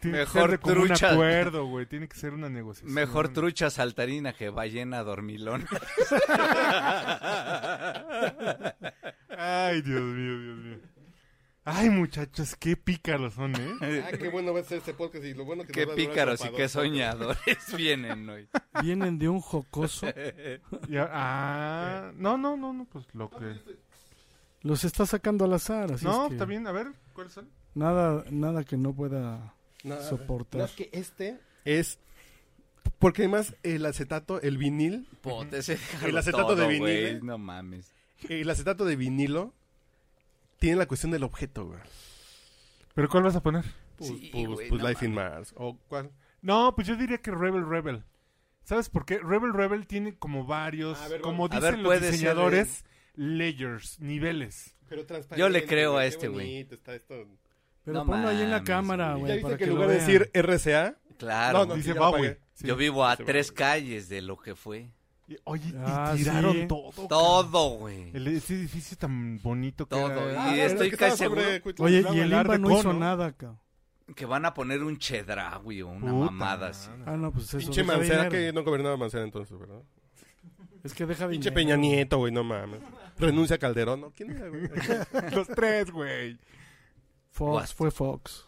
[SPEAKER 2] Tiene
[SPEAKER 3] Mejor
[SPEAKER 2] que ser de como un
[SPEAKER 3] trucha.
[SPEAKER 2] acuerdo, güey. Tiene que ser una negociación.
[SPEAKER 3] Mejor trucha saltarina que ballena dormilón.
[SPEAKER 2] Ay, Dios mío, Dios mío. Ay, muchachos, qué pícaros son, ¿eh?
[SPEAKER 1] Ah, qué bueno va a ser este podcast y lo bueno que
[SPEAKER 3] qué pícaros y qué soñadores vienen hoy.
[SPEAKER 4] Vienen de un jocoso.
[SPEAKER 2] Ya- ah, no, no, no, no, pues lo que.
[SPEAKER 4] Los está sacando al azar. Así
[SPEAKER 2] No,
[SPEAKER 4] es que
[SPEAKER 2] está bien, a ver, ¿cuáles son?
[SPEAKER 4] Nada, nada que no pueda soportar.
[SPEAKER 1] es que este es porque además el acetato, el vinil,
[SPEAKER 3] Pote, ese
[SPEAKER 1] El acetato
[SPEAKER 3] todo,
[SPEAKER 1] de vinil,
[SPEAKER 3] güey,
[SPEAKER 1] ¿eh?
[SPEAKER 3] No mames.
[SPEAKER 1] El acetato de vinilo tiene la cuestión del objeto, güey.
[SPEAKER 2] ¿Pero cuál vas a poner?
[SPEAKER 1] Pues,
[SPEAKER 3] Sí,
[SPEAKER 1] pues,
[SPEAKER 3] güey,
[SPEAKER 1] pues
[SPEAKER 3] no
[SPEAKER 1] Life in Mars. ¿O cuál?
[SPEAKER 2] No, pues yo diría que Rebel Rebel. ¿Sabes por qué? Rebel Rebel tiene como varios,
[SPEAKER 1] A ver,
[SPEAKER 2] como
[SPEAKER 1] vamos.
[SPEAKER 3] A
[SPEAKER 2] dicen
[SPEAKER 3] ver,
[SPEAKER 2] los
[SPEAKER 3] puede ser, eh.
[SPEAKER 2] diseñadores, layers, niveles.
[SPEAKER 1] Pero transparente.
[SPEAKER 3] Yo le creo a este,
[SPEAKER 1] Qué bonito está esto.
[SPEAKER 4] Pero
[SPEAKER 3] No
[SPEAKER 4] ponlo ahí en la
[SPEAKER 3] mames,
[SPEAKER 4] cámara,
[SPEAKER 3] güey.
[SPEAKER 1] ¿Ya
[SPEAKER 4] güey,
[SPEAKER 1] viste
[SPEAKER 4] para
[SPEAKER 1] que
[SPEAKER 4] que
[SPEAKER 1] en
[SPEAKER 4] lo
[SPEAKER 1] lugar de
[SPEAKER 4] vean.
[SPEAKER 1] decir RCA?
[SPEAKER 3] Claro.
[SPEAKER 1] no,
[SPEAKER 2] Dice
[SPEAKER 1] sí, ya lo
[SPEAKER 2] Huawei.
[SPEAKER 1] apagué.
[SPEAKER 2] Sí.
[SPEAKER 3] Yo vivo a
[SPEAKER 1] Sí,
[SPEAKER 3] tres calles de lo que fue.
[SPEAKER 2] Y- Oye,
[SPEAKER 4] Ah,
[SPEAKER 2] y tiraron
[SPEAKER 4] sí.
[SPEAKER 2] todo.
[SPEAKER 3] Todo, güey.
[SPEAKER 2] El, ese edificio tan bonito que
[SPEAKER 3] Todo,
[SPEAKER 2] era.
[SPEAKER 3] y
[SPEAKER 1] Ah, no,
[SPEAKER 3] estoy
[SPEAKER 1] el que estaba
[SPEAKER 3] casi
[SPEAKER 1] sobre
[SPEAKER 3] seguro.
[SPEAKER 1] Cuitlahua.
[SPEAKER 4] Oye,
[SPEAKER 2] Claro,
[SPEAKER 4] y el
[SPEAKER 2] el Art
[SPEAKER 4] IMBA no
[SPEAKER 2] Deco,
[SPEAKER 4] hizo
[SPEAKER 2] ¿no?
[SPEAKER 4] nada, cabrón.
[SPEAKER 3] Que van a poner un chedra, güey, o una
[SPEAKER 2] Puta
[SPEAKER 3] mamada
[SPEAKER 2] madre.
[SPEAKER 3] así.
[SPEAKER 4] Ah, no, pues eso.
[SPEAKER 1] Pinche
[SPEAKER 4] deja
[SPEAKER 1] Mancera,
[SPEAKER 4] dinero.
[SPEAKER 1] que no gobernaba Mancera entonces, ¿verdad?
[SPEAKER 4] Es que deja
[SPEAKER 1] Pinche
[SPEAKER 4] dinero.
[SPEAKER 1] Peña Nieto, güey, no mames. Renuncia a Calderón, ¿no? ¿Quién era, güey?
[SPEAKER 2] Los tres, güey.
[SPEAKER 4] Fox,
[SPEAKER 3] Guas.
[SPEAKER 4] fue Fox.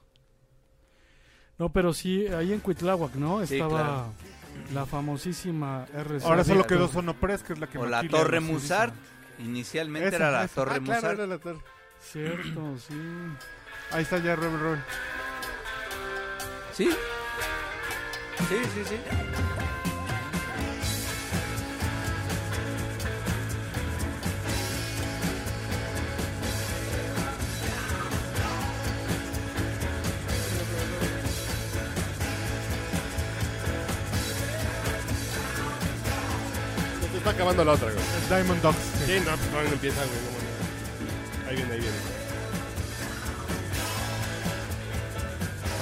[SPEAKER 4] No, pero sí, ahí en Cuitláhuac, ¿no?
[SPEAKER 3] Sí,
[SPEAKER 4] Estaba la famosísima RCA.
[SPEAKER 2] Ahora solo
[SPEAKER 4] Víctor.
[SPEAKER 2] quedó Sonopress, que es la que
[SPEAKER 3] O la
[SPEAKER 2] maquila
[SPEAKER 3] Torre
[SPEAKER 2] los
[SPEAKER 3] Musart.
[SPEAKER 2] Ibiza.
[SPEAKER 3] Inicialmente
[SPEAKER 2] Esa,
[SPEAKER 3] era la
[SPEAKER 2] esa.
[SPEAKER 3] Torre
[SPEAKER 1] Ah,
[SPEAKER 3] Musart.
[SPEAKER 1] claro, era la torre.
[SPEAKER 4] Cierto, sí.
[SPEAKER 2] Ahí está ya Rebel Roll.
[SPEAKER 3] Sí. Sí, sí, sí.
[SPEAKER 1] Se está acabando la otra, güey.
[SPEAKER 2] Diamond Dogs. sí.
[SPEAKER 1] Sí, no, pues todavía no empieza, güey. no mames. ahí viene, ahí viene.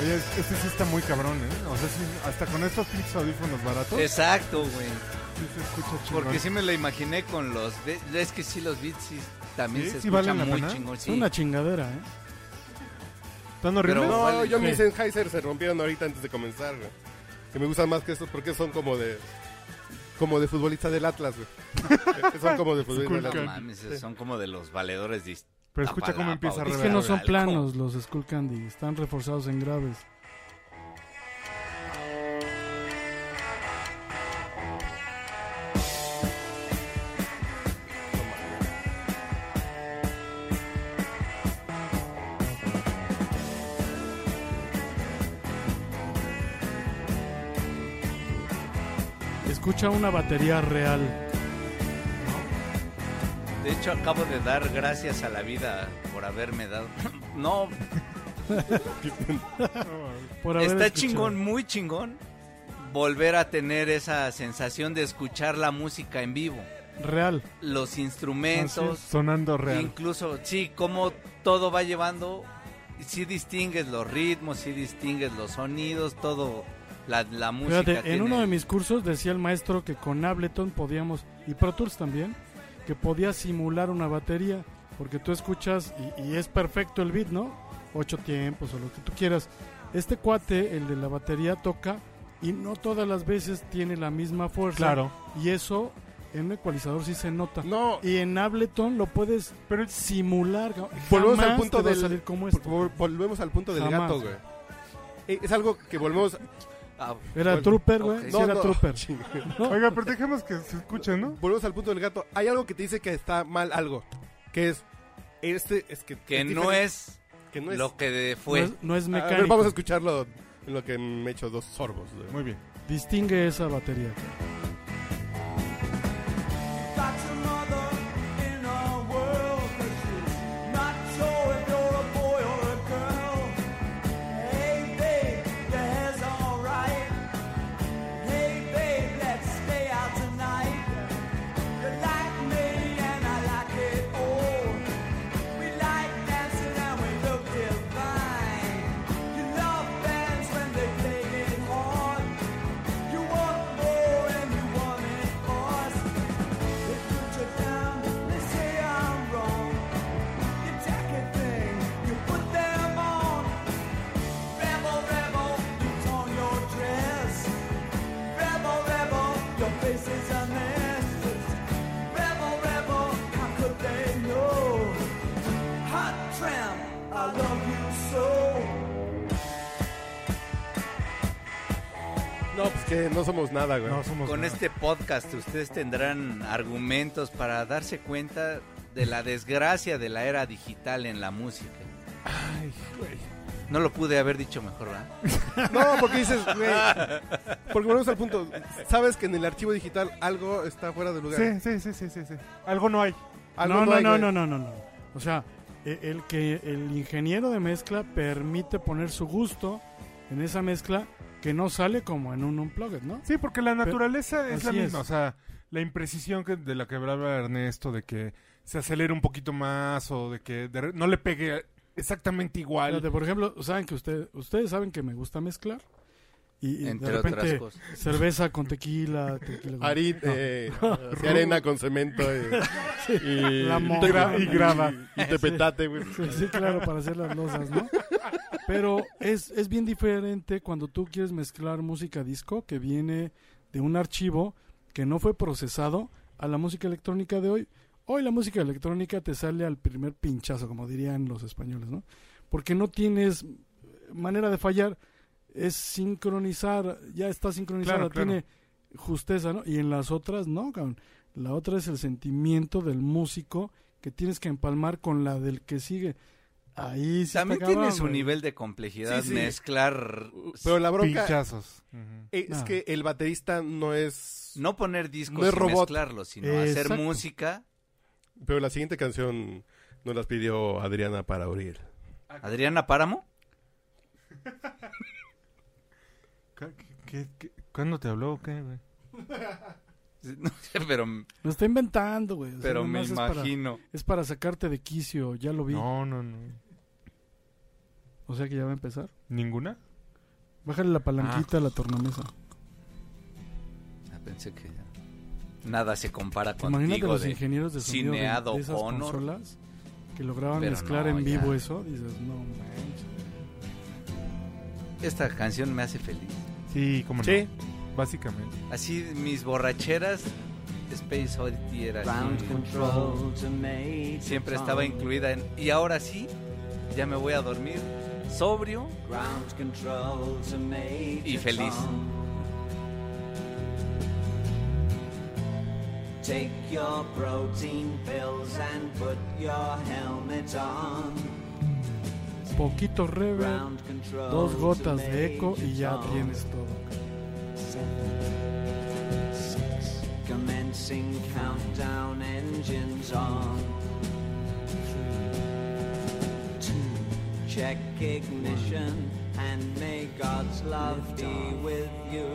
[SPEAKER 2] Oye, este sí está muy cabrón, ¿eh? O sea, sí, hasta con estos pinches audífonos baratos,
[SPEAKER 3] Exacto, güey.
[SPEAKER 2] sí se escucha chingón.
[SPEAKER 3] Porque sí me lo imaginé con los. be- Es que sí, los beats sí, también
[SPEAKER 2] ¿Sí?
[SPEAKER 3] se
[SPEAKER 2] ¿Sí
[SPEAKER 3] escuchan
[SPEAKER 2] valen la
[SPEAKER 3] muy
[SPEAKER 2] pena?
[SPEAKER 3] chingón.
[SPEAKER 4] Es
[SPEAKER 3] Sí.
[SPEAKER 4] una chingadera, ¿eh?
[SPEAKER 2] ¿Están horribles?
[SPEAKER 3] Pero-
[SPEAKER 1] No,
[SPEAKER 3] ¿Cuál?
[SPEAKER 1] yo mis
[SPEAKER 3] Sí.
[SPEAKER 1] Sennheiser se rompieron ahorita antes de comenzar, güey. Que me gustan más que estos porque son como de... Como de futbolista del Atlas, güey. son como de futbolista del
[SPEAKER 3] No
[SPEAKER 1] Atlas.
[SPEAKER 3] mames, son como de los valedores de
[SPEAKER 2] Pero escucha
[SPEAKER 3] Tapalapa,
[SPEAKER 2] cómo empieza a
[SPEAKER 3] güey.
[SPEAKER 4] Es
[SPEAKER 2] revelar.
[SPEAKER 4] que no
[SPEAKER 3] Algo.
[SPEAKER 4] son planos los Skullcandy, están reforzados en graves. Escucha una batería real.
[SPEAKER 3] De hecho, acabo de dar gracias a la vida por haberme dado. No,
[SPEAKER 4] Por haber
[SPEAKER 3] está
[SPEAKER 4] escuchado.
[SPEAKER 3] chingón, muy chingón. Volver a tener esa sensación de escuchar la música en vivo.
[SPEAKER 4] Real.
[SPEAKER 3] Los
[SPEAKER 4] Ah,
[SPEAKER 3] instrumentos,
[SPEAKER 2] Sonando real.
[SPEAKER 3] incluso, sí, cómo todo va llevando. Sí distingues los ritmos, sí distingues los sonidos, todo. La, la música.
[SPEAKER 4] Fíjate, en
[SPEAKER 3] tiene-
[SPEAKER 4] uno de mis cursos decía el maestro que con Ableton podíamos, y Pro Tools también, que podía simular una batería, porque tú escuchas y, y es perfecto el beat, ¿no? Ocho tiempos o lo que tú quieras. Este cuate, el de la batería, toca y no todas las veces tiene la misma fuerza.
[SPEAKER 2] Claro.
[SPEAKER 4] Y eso en un ecualizador sí se nota.
[SPEAKER 1] No,
[SPEAKER 4] Y en Ableton lo puedes simular. cabrón.
[SPEAKER 1] Volvemos
[SPEAKER 4] Jamás
[SPEAKER 1] al punto
[SPEAKER 4] te va a
[SPEAKER 1] del-
[SPEAKER 4] salir como
[SPEAKER 1] por
[SPEAKER 4] esto.
[SPEAKER 1] favor, pues, volvemos al punto del
[SPEAKER 4] Jamás.
[SPEAKER 1] gato, güey. Eh, Es algo que volvemos...
[SPEAKER 3] Ah,
[SPEAKER 4] este. Era
[SPEAKER 1] Bueno,
[SPEAKER 4] Trooper, güey.
[SPEAKER 3] ok.
[SPEAKER 4] sí
[SPEAKER 1] No,
[SPEAKER 4] era
[SPEAKER 1] no,
[SPEAKER 4] Trooper.
[SPEAKER 1] chinga.
[SPEAKER 2] Oiga, pero dejemos que se escuche, ¿no?
[SPEAKER 1] Volvemos al punto del gato. Hay algo que te dice que está mal algo. Que es... Este es que...
[SPEAKER 3] que no
[SPEAKER 1] diferente,
[SPEAKER 3] es
[SPEAKER 1] Que no es...
[SPEAKER 3] lo que de-
[SPEAKER 4] No
[SPEAKER 3] fue.
[SPEAKER 4] es, no es
[SPEAKER 1] A
[SPEAKER 4] mecánico.
[SPEAKER 1] ver, vamos a escucharlo en lo que me he hecho dos sorbos, güey.
[SPEAKER 2] Muy bien.
[SPEAKER 4] Distingue esa batería.
[SPEAKER 5] That's another in our world that is not sure if you're a boy or a girl. Hey babe, your hair's alright. Hey babe, let's stay out tonight. You like me and I like it all. We like dancing and we look divine. You love bands when they play it hard. You want more and you want it fast. They put you down, they say I'm wrong. You take a thing, you put them on. Rebel, rebel, you torn your dress. Rebel, rebel, your face is a mess. Rebel, rebel, how could they know? Hot tramp, I love you so.
[SPEAKER 1] No, pues que no somos nada, güey.
[SPEAKER 2] No somos.
[SPEAKER 3] Con
[SPEAKER 2] nada.
[SPEAKER 3] este podcast ustedes tendrán argumentos para darse cuenta de la desgracia de la era digital en la música. No lo pude haber dicho mejor, ¿verdad?
[SPEAKER 1] No, porque dices, güey. Porque volvemos al punto. Sabes que en el archivo digital algo está fuera de lugar.
[SPEAKER 2] Sí, sí, sí, sí, sí, sí. Algo no hay.
[SPEAKER 1] Algo
[SPEAKER 4] no, no,
[SPEAKER 1] Ah, hay,
[SPEAKER 4] no,
[SPEAKER 1] güey.
[SPEAKER 4] no, no, no, no. O sea, e- el que el ingeniero de mezcla permite poner su gusto en esa mezcla que no sale como en un unplugged, ¿no?
[SPEAKER 2] Sí, porque la naturaleza es la
[SPEAKER 4] así
[SPEAKER 2] misma. O
[SPEAKER 4] es.
[SPEAKER 2] sea, la imprecisión que, de la que hablaba Ernesto, de que se acelere un poquito más o de que de re- no le pegue exactamente igual.
[SPEAKER 4] Fíjate, por ejemplo, saben que usted, ustedes saben que me gusta mezclar. Y, y
[SPEAKER 3] Entre
[SPEAKER 4] de repente,
[SPEAKER 3] otras cosas.
[SPEAKER 4] cerveza con tequila, tequila con...
[SPEAKER 1] Ari, eh, sí, arena con cemento eh, y,
[SPEAKER 4] La
[SPEAKER 1] y
[SPEAKER 4] monja.
[SPEAKER 1] gra- y grava y,
[SPEAKER 4] Sí.
[SPEAKER 1] tepetate, güey.
[SPEAKER 4] Sí, sí, claro, para hacer las losas, ¿no? Pero es, es bien diferente cuando tú quieres mezclar música disco que viene de un archivo que no fue procesado a la música electrónica de hoy. Hoy la música electrónica te sale al primer pinchazo, como dirían los españoles, ¿no? Porque no tienes manera de fallar, es sincronizar, ya está sincronizada,
[SPEAKER 2] Claro, claro.
[SPEAKER 4] tiene justeza, ¿no? Y en las otras no, cabrón. La otra es el sentimiento del músico que tienes que empalmar con la del que sigue. Ahí sí
[SPEAKER 3] También
[SPEAKER 4] está cabrón,
[SPEAKER 3] tiene su
[SPEAKER 4] güey. Uh,
[SPEAKER 3] nivel de complejidad
[SPEAKER 1] Sí, sí.
[SPEAKER 3] mezclar.
[SPEAKER 1] Pero la bronca
[SPEAKER 2] Pinchazos. Ujú.
[SPEAKER 1] es
[SPEAKER 4] No.
[SPEAKER 1] que el baterista no es...
[SPEAKER 3] No poner discos
[SPEAKER 1] No es
[SPEAKER 3] y
[SPEAKER 1] robot.
[SPEAKER 3] mezclarlos, sino hacer
[SPEAKER 4] Exacto.
[SPEAKER 3] música.
[SPEAKER 1] Pero la siguiente canción nos las pidió Adriana para abrir.
[SPEAKER 3] Adriana Páramo.
[SPEAKER 2] ¿Qué- qué- qué- ¿Cuándo te habló o qué, güey?
[SPEAKER 3] No sé, pero,
[SPEAKER 4] Lo está inventando, güey. O sea,
[SPEAKER 3] pero me
[SPEAKER 4] nomás es para-
[SPEAKER 3] imagino.
[SPEAKER 4] es para sacarte de quicio, ya lo vi.
[SPEAKER 2] No, no, no.
[SPEAKER 4] O sea que ya va a empezar.
[SPEAKER 2] ¿Ninguna?
[SPEAKER 4] Bájale la palanquita a la tornamesa.
[SPEAKER 3] Ah, pensé que nada se compara
[SPEAKER 4] ¿Te imaginas de
[SPEAKER 3] contigo
[SPEAKER 4] los
[SPEAKER 3] Pues de
[SPEAKER 4] ingenieros de sonido de,
[SPEAKER 3] Cineado
[SPEAKER 4] de esas
[SPEAKER 3] Honor.
[SPEAKER 4] consolas que lograban
[SPEAKER 3] Pero
[SPEAKER 4] mezclar
[SPEAKER 3] no,
[SPEAKER 4] en vivo
[SPEAKER 3] ya.
[SPEAKER 4] eso? Dices, no manches.
[SPEAKER 3] esta canción me hace feliz.
[SPEAKER 2] Sí, como no.
[SPEAKER 1] Sí.
[SPEAKER 2] Básicamente.
[SPEAKER 3] Así mis borracheras Space Oddity era así.
[SPEAKER 5] Ground control to Major
[SPEAKER 3] Siempre estaba
[SPEAKER 5] Tom.
[SPEAKER 3] incluida en y ahora sí ya me voy a dormir sobrio.
[SPEAKER 5] Ground control to Major
[SPEAKER 3] Y feliz.
[SPEAKER 5] Tom. Take your protein pills and put your helmet on.
[SPEAKER 4] Poquito reverb,
[SPEAKER 5] Ground control
[SPEAKER 4] dos
[SPEAKER 5] to
[SPEAKER 4] gotas de eco y
[SPEAKER 5] Major
[SPEAKER 4] ya
[SPEAKER 5] Tom.
[SPEAKER 4] tienes todo.
[SPEAKER 5] Seven, six, commencing countdown engines on. Three, two, check ignition and may God's love be with you.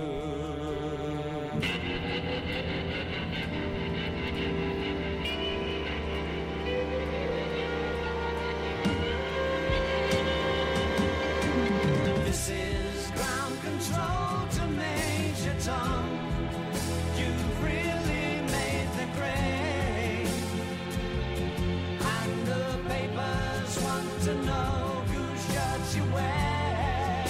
[SPEAKER 5] This is ground control to Major Tom. You've really made the grade. And the papers want to know whose shirt you wear.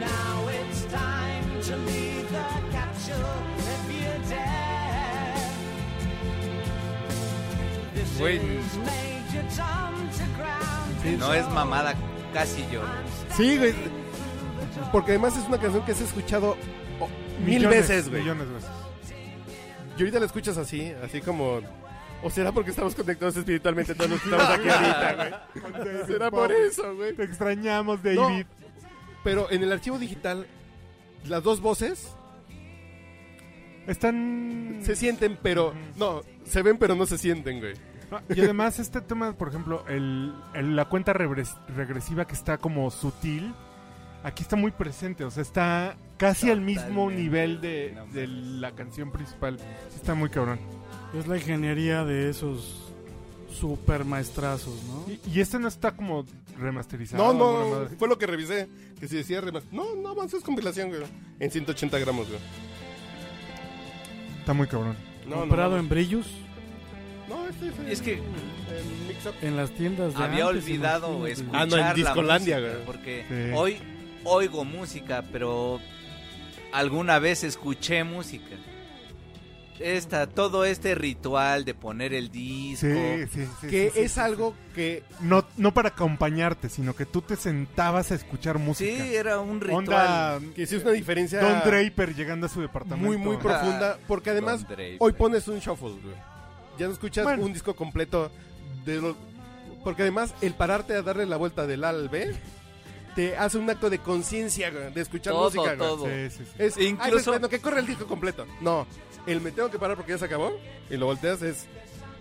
[SPEAKER 5] Now it's time to leave the capsule if you dare. This
[SPEAKER 3] Güey.
[SPEAKER 5] is Major Tom to ground
[SPEAKER 3] No es mamada, casi yo.
[SPEAKER 1] Sí, güey. Porque además es una canción que has escuchado oh, mil
[SPEAKER 2] Millones,
[SPEAKER 1] veces, güey.
[SPEAKER 2] Millones de veces.
[SPEAKER 1] Y ahorita la escuchas así, así como... ¿O será porque estamos conectados espiritualmente todos los que estamos aquí ahorita, güey? ¿Será por eso, güey?
[SPEAKER 2] Te extrañamos,
[SPEAKER 1] No,
[SPEAKER 2] David.
[SPEAKER 1] pero en el archivo digital, las dos voces
[SPEAKER 2] Están.
[SPEAKER 1] se sienten, pero... No, se ven, pero no se sienten, güey.
[SPEAKER 2] No, Y además, este tema, por ejemplo, el, el- la cuenta regres- regresiva que está como sutil, aquí está muy presente. O sea, está casi al mismo
[SPEAKER 3] Totalmente.
[SPEAKER 2] nivel de,
[SPEAKER 3] No,
[SPEAKER 2] de la canción principal. Sí Está muy cabrón.
[SPEAKER 4] Es la ingeniería de esos super maestrazos, ¿no?
[SPEAKER 2] Y, y este no está como
[SPEAKER 1] No,
[SPEAKER 2] remasterizado. alguna
[SPEAKER 1] no,
[SPEAKER 2] Ah, madre.
[SPEAKER 1] fue lo que revisé. Que si decía remas. No, no, man, es compilación, güey. En 180 gramos, güey.
[SPEAKER 2] Está muy cabrón.
[SPEAKER 1] No,
[SPEAKER 4] Comprado
[SPEAKER 1] no,
[SPEAKER 4] en brillos,
[SPEAKER 1] no. No, este es.
[SPEAKER 3] Es que-
[SPEAKER 1] en mix up.
[SPEAKER 4] en las tiendas pues de
[SPEAKER 3] Había
[SPEAKER 4] antes,
[SPEAKER 3] olvidado
[SPEAKER 4] imagínate.
[SPEAKER 3] escuchar
[SPEAKER 1] Ah, no, en
[SPEAKER 3] la
[SPEAKER 1] Discolandia,
[SPEAKER 3] música,
[SPEAKER 1] güey.
[SPEAKER 3] porque
[SPEAKER 2] Sí.
[SPEAKER 3] hoy oigo música, pero alguna vez escuché música. Esta, todo este ritual de poner el disco,
[SPEAKER 2] Sí, sí, sí.
[SPEAKER 1] Que
[SPEAKER 2] sí, sí,
[SPEAKER 1] es
[SPEAKER 2] sí,
[SPEAKER 1] algo que.
[SPEAKER 2] sí. No, no para acompañarte, sino que tú te sentabas a escuchar música.
[SPEAKER 3] Sí, era un ritual.
[SPEAKER 2] Onda
[SPEAKER 1] Que sí es una diferencia.
[SPEAKER 2] Don Draper llegando a su departamento.
[SPEAKER 1] Muy, muy profunda. Porque además,
[SPEAKER 3] Don Draper.
[SPEAKER 1] hoy pones un shuffle, güey. Ya no escuchas
[SPEAKER 2] Bueno.
[SPEAKER 1] un disco completo de lo. Porque además, el pararte a darle la vuelta del A al B te hace un acto de conciencia, güey, de escuchar
[SPEAKER 3] Todo,
[SPEAKER 1] música, güey.
[SPEAKER 3] todo.
[SPEAKER 2] Sí, sí, sí.
[SPEAKER 1] Es
[SPEAKER 3] Incluso-
[SPEAKER 1] incluso bueno, que corre el disco completo. No, el me tengo que parar porque ya se acabó y lo volteas es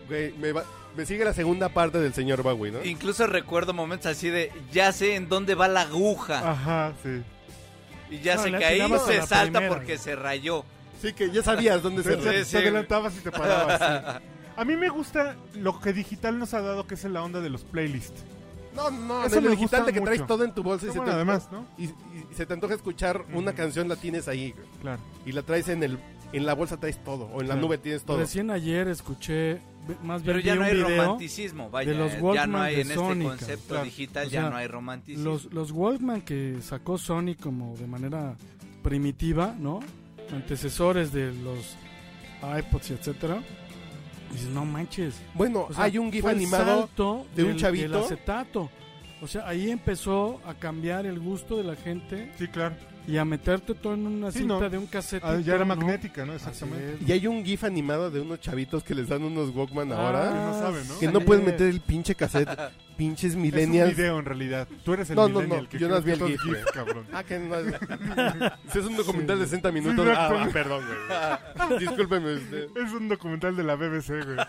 [SPEAKER 1] güey, me, va- me sigue la segunda parte del señor Bowie, ¿no?
[SPEAKER 3] Incluso recuerdo momentos así de ya sé en dónde va la aguja
[SPEAKER 2] Ajá, sí.
[SPEAKER 3] y ya
[SPEAKER 4] No,
[SPEAKER 3] sé
[SPEAKER 4] le
[SPEAKER 3] que ahí
[SPEAKER 4] atinabas a
[SPEAKER 3] se
[SPEAKER 4] la
[SPEAKER 3] salta
[SPEAKER 4] primera,
[SPEAKER 3] porque
[SPEAKER 4] güey.
[SPEAKER 3] se rayó.
[SPEAKER 1] Sí que ya sabías dónde se
[SPEAKER 2] Te, te-
[SPEAKER 3] Sí,
[SPEAKER 2] te
[SPEAKER 3] sí, güey.
[SPEAKER 2] adelantabas y te parabas. sí. A mí me gusta lo que digital nos ha dado, que es la onda de los playlists.
[SPEAKER 1] No, no,
[SPEAKER 2] Eso
[SPEAKER 1] en
[SPEAKER 2] me
[SPEAKER 1] el digital
[SPEAKER 2] gusta
[SPEAKER 1] de que traes
[SPEAKER 2] mucho.
[SPEAKER 1] todo en tu bolsa y
[SPEAKER 2] Está
[SPEAKER 1] se,
[SPEAKER 2] bueno,
[SPEAKER 1] te,
[SPEAKER 2] además, ¿no?
[SPEAKER 1] y, y se te antoja escuchar una canción, la tienes ahí. güey.
[SPEAKER 2] Claro.
[SPEAKER 1] Y la traes en el en la bolsa traes todo o en la
[SPEAKER 4] Claro.
[SPEAKER 1] nube tienes todo.
[SPEAKER 4] Recién ayer escuché, ve- más bien
[SPEAKER 3] Pero ya
[SPEAKER 4] vi
[SPEAKER 3] no
[SPEAKER 4] un
[SPEAKER 3] hay
[SPEAKER 4] video,
[SPEAKER 3] romanticismo, vaya.
[SPEAKER 4] de los
[SPEAKER 3] ya
[SPEAKER 4] Walkman
[SPEAKER 3] no hay
[SPEAKER 4] de
[SPEAKER 3] en este
[SPEAKER 4] Sony,
[SPEAKER 3] concepto
[SPEAKER 2] claro.
[SPEAKER 3] digital,
[SPEAKER 4] O
[SPEAKER 3] ya
[SPEAKER 4] sea,
[SPEAKER 3] no hay romanticismo.
[SPEAKER 4] Los, los Walkman que sacó Sony como de manera primitiva, ¿no? Antecesores de los iPods y etcétera. Dices, no manches.
[SPEAKER 1] Bueno,
[SPEAKER 4] O sea,
[SPEAKER 1] hay un gif
[SPEAKER 4] fue el
[SPEAKER 1] animado
[SPEAKER 4] salto
[SPEAKER 1] de un
[SPEAKER 4] del-
[SPEAKER 1] chavito.
[SPEAKER 4] del acetato. O sea, ahí empezó a cambiar el gusto de la gente
[SPEAKER 2] Sí, claro.
[SPEAKER 4] y a meterte todo en una
[SPEAKER 2] Sí,
[SPEAKER 4] cinta
[SPEAKER 2] no.
[SPEAKER 4] de un cassette.
[SPEAKER 2] Ah, ya era magnética, ¿no? Exactamente.
[SPEAKER 1] y hay un gif animado de unos chavitos que les dan unos Walkman
[SPEAKER 2] Ah,
[SPEAKER 4] Ah,
[SPEAKER 1] ahora
[SPEAKER 2] no saben, ¿no?
[SPEAKER 1] que no pueden meter el pinche cassette. pinches
[SPEAKER 2] Es un
[SPEAKER 1] millennials.
[SPEAKER 2] video en realidad. Tú eres el
[SPEAKER 1] No, no, no,
[SPEAKER 2] millennial que
[SPEAKER 1] yo no
[SPEAKER 2] crees
[SPEAKER 1] vi el
[SPEAKER 2] que son
[SPEAKER 1] GIF,
[SPEAKER 2] GIF, cabrón.
[SPEAKER 1] Ah, que no. Si es un documental de 60 minutos.
[SPEAKER 2] Sí,
[SPEAKER 1] ah,
[SPEAKER 2] exacto.
[SPEAKER 1] ah, perdón, güey. Discúlpeme usted.
[SPEAKER 2] Es un documental de la BBC, güey.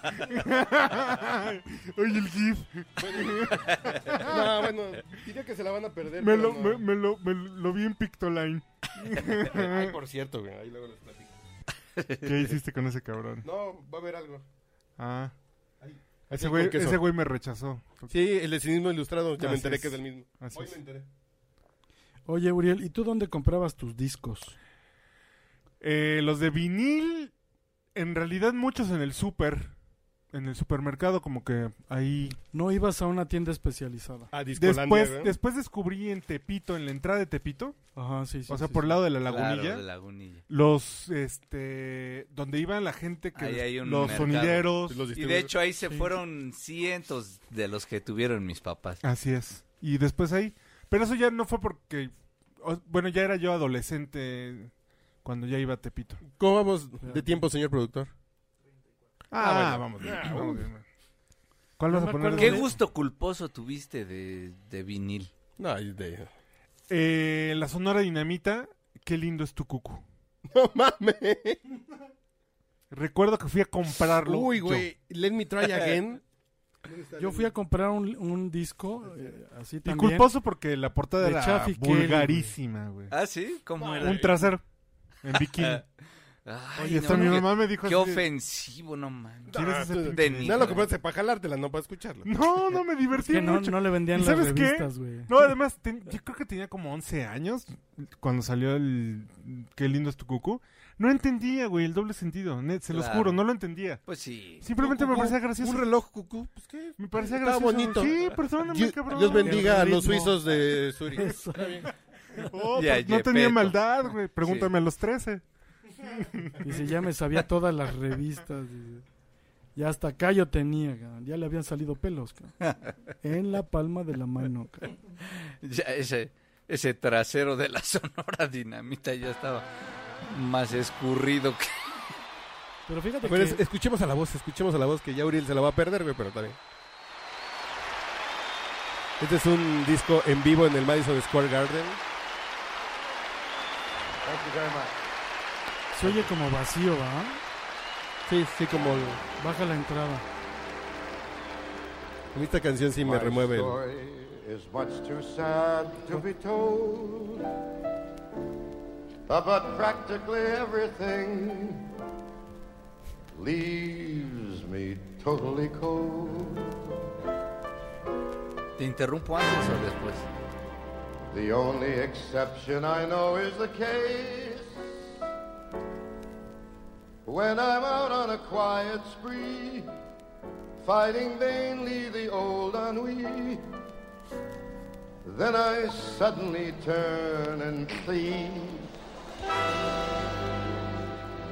[SPEAKER 2] Oye, el GIF.
[SPEAKER 1] No, bueno, diría que se la van a perder.
[SPEAKER 2] Me
[SPEAKER 1] pero
[SPEAKER 2] lo,
[SPEAKER 1] no.
[SPEAKER 2] me, me lo, me lo vi en Pictoline.
[SPEAKER 1] Ay, por cierto, güey. Ahí luego les platico.
[SPEAKER 2] ¿Qué hiciste con ese cabrón?
[SPEAKER 1] No, va a haber algo.
[SPEAKER 2] Ah.
[SPEAKER 1] Sí,
[SPEAKER 2] Ese güey,
[SPEAKER 1] con queso.
[SPEAKER 2] ese güey me rechazó.
[SPEAKER 1] Sí, el de cinismo ilustrado. Ya
[SPEAKER 2] Así
[SPEAKER 1] me enteré
[SPEAKER 2] es.
[SPEAKER 1] que es el mismo.
[SPEAKER 2] Así
[SPEAKER 1] Hoy
[SPEAKER 2] es.
[SPEAKER 1] me enteré.
[SPEAKER 4] Oye, Uriel, ¿y tú dónde comprabas tus discos?
[SPEAKER 2] Eh, los de vinil, en realidad muchos en el súper. En el supermercado, como que ahí.
[SPEAKER 4] No ibas a una tienda especializada.
[SPEAKER 1] Ah,
[SPEAKER 2] Después, después descubrí en Tepito, en la entrada de Tepito,
[SPEAKER 4] Ajá, sí, sí.
[SPEAKER 2] o sea,
[SPEAKER 4] sí,
[SPEAKER 2] por el
[SPEAKER 4] sí.
[SPEAKER 2] lado de la
[SPEAKER 3] Claro,
[SPEAKER 2] lagunilla.
[SPEAKER 3] de Lagunilla.
[SPEAKER 2] Los, este, donde iban la gente que
[SPEAKER 3] Ahí
[SPEAKER 2] les-
[SPEAKER 3] hay un
[SPEAKER 2] los
[SPEAKER 3] mercado.
[SPEAKER 2] sonideros.
[SPEAKER 3] Y de hecho ahí se fueron cientos de los que tuvieron mis papás.
[SPEAKER 2] Así es. Y después ahí. Pero eso ya no fue porque. o- bueno, ya era yo adolescente cuando ya iba a Tepito.
[SPEAKER 1] ¿Cómo vamos de tiempo, señor productor?
[SPEAKER 2] Ah, vamos. bien, vamos bien, man. ¿Cuál
[SPEAKER 4] No
[SPEAKER 2] vas a
[SPEAKER 4] me
[SPEAKER 2] poner?
[SPEAKER 4] acuerdo
[SPEAKER 3] ¿Qué
[SPEAKER 4] de-
[SPEAKER 3] gusto culposo tuviste de, de vinil?
[SPEAKER 1] No, es de...
[SPEAKER 2] Eh, la Sonora Dinamita. Qué lindo es tu cucu.
[SPEAKER 1] No mames.
[SPEAKER 2] Recuerdo que fui a comprarlo.
[SPEAKER 1] Uy,
[SPEAKER 2] yo.
[SPEAKER 1] güey. Let me try again.
[SPEAKER 4] Yo fui a comprar un, un disco eh, así
[SPEAKER 2] Y
[SPEAKER 4] también.
[SPEAKER 2] culposo porque la portada
[SPEAKER 4] De
[SPEAKER 2] era
[SPEAKER 4] Chaffee Kelly,
[SPEAKER 2] vulgarísima, güey.
[SPEAKER 3] Ah, sí, ¿cómo era?
[SPEAKER 2] Un trasero. En bikini.
[SPEAKER 3] Ay,
[SPEAKER 2] Oye,
[SPEAKER 3] no,
[SPEAKER 2] hasta mi
[SPEAKER 3] qué-
[SPEAKER 2] mamá me dijo
[SPEAKER 3] Qué
[SPEAKER 2] así de-
[SPEAKER 3] ofensivo, no mames.
[SPEAKER 2] ¿Quieres
[SPEAKER 1] Ah,
[SPEAKER 2] ese
[SPEAKER 1] tú-
[SPEAKER 2] pinche
[SPEAKER 3] de
[SPEAKER 1] No lo
[SPEAKER 3] niño?
[SPEAKER 1] compraste para jalártela, no para escucharla.
[SPEAKER 2] No, no me
[SPEAKER 4] Es
[SPEAKER 2] divertí
[SPEAKER 4] que no,
[SPEAKER 2] mucho.
[SPEAKER 4] no le vendían
[SPEAKER 2] ¿Y
[SPEAKER 4] las
[SPEAKER 2] sabes qué?
[SPEAKER 4] revistas, güey.
[SPEAKER 2] No, además, ten- yo creo que tenía como 11 años cuando salió el Qué lindo es tu cucú. No entendía, güey, el doble sentido. net, se los
[SPEAKER 3] Claro.
[SPEAKER 2] juro, no lo entendía.
[SPEAKER 3] Pues sí.
[SPEAKER 2] Simplemente me parecía gracioso.
[SPEAKER 1] Un reloj, cucú. Pues qué.
[SPEAKER 2] Me parecía
[SPEAKER 1] Estaba
[SPEAKER 2] gracioso.
[SPEAKER 1] bonito.
[SPEAKER 2] Sí, perdóname,
[SPEAKER 1] Dios,
[SPEAKER 2] cabrón.
[SPEAKER 1] Dios bendiga a
[SPEAKER 4] El
[SPEAKER 1] los
[SPEAKER 4] ritmo.
[SPEAKER 1] suizos de Zurich.
[SPEAKER 4] Eso.
[SPEAKER 2] Oh,
[SPEAKER 3] Ya,
[SPEAKER 2] pues, no
[SPEAKER 3] Yepeto.
[SPEAKER 2] tenía maldad, güey. Pregúntame a los 13.
[SPEAKER 4] Dice, ya me sabía todas las revistas. dice. Y hasta acá yo tenía, cabrón. ya le habían salido pelos. cabrón. En la palma de la mano. cabrón.
[SPEAKER 3] Ya ese, ese trasero de la Sonora Dinamita ya estaba más escurrido que...
[SPEAKER 4] Pero fíjate
[SPEAKER 1] Pero es-
[SPEAKER 4] que...
[SPEAKER 1] escuchemos a la voz, escuchemos a la voz que ya Uriel se la va a perder, güey, pero está bien. Este es un disco en vivo en el Madison Square Garden.
[SPEAKER 4] Se oye como vacío, ¿va?
[SPEAKER 1] Sí, sí, como
[SPEAKER 4] Baja la entrada.
[SPEAKER 1] a mí esta canción sí me remueve. el-
[SPEAKER 9] is much too sad to be told about practically everything leaves me totally cold.
[SPEAKER 3] ¿Te interrumpo antes o después?
[SPEAKER 9] The only exception I know is the case when I'm out on a quiet spree, fighting vainly the old ennui. Then I suddenly turn and see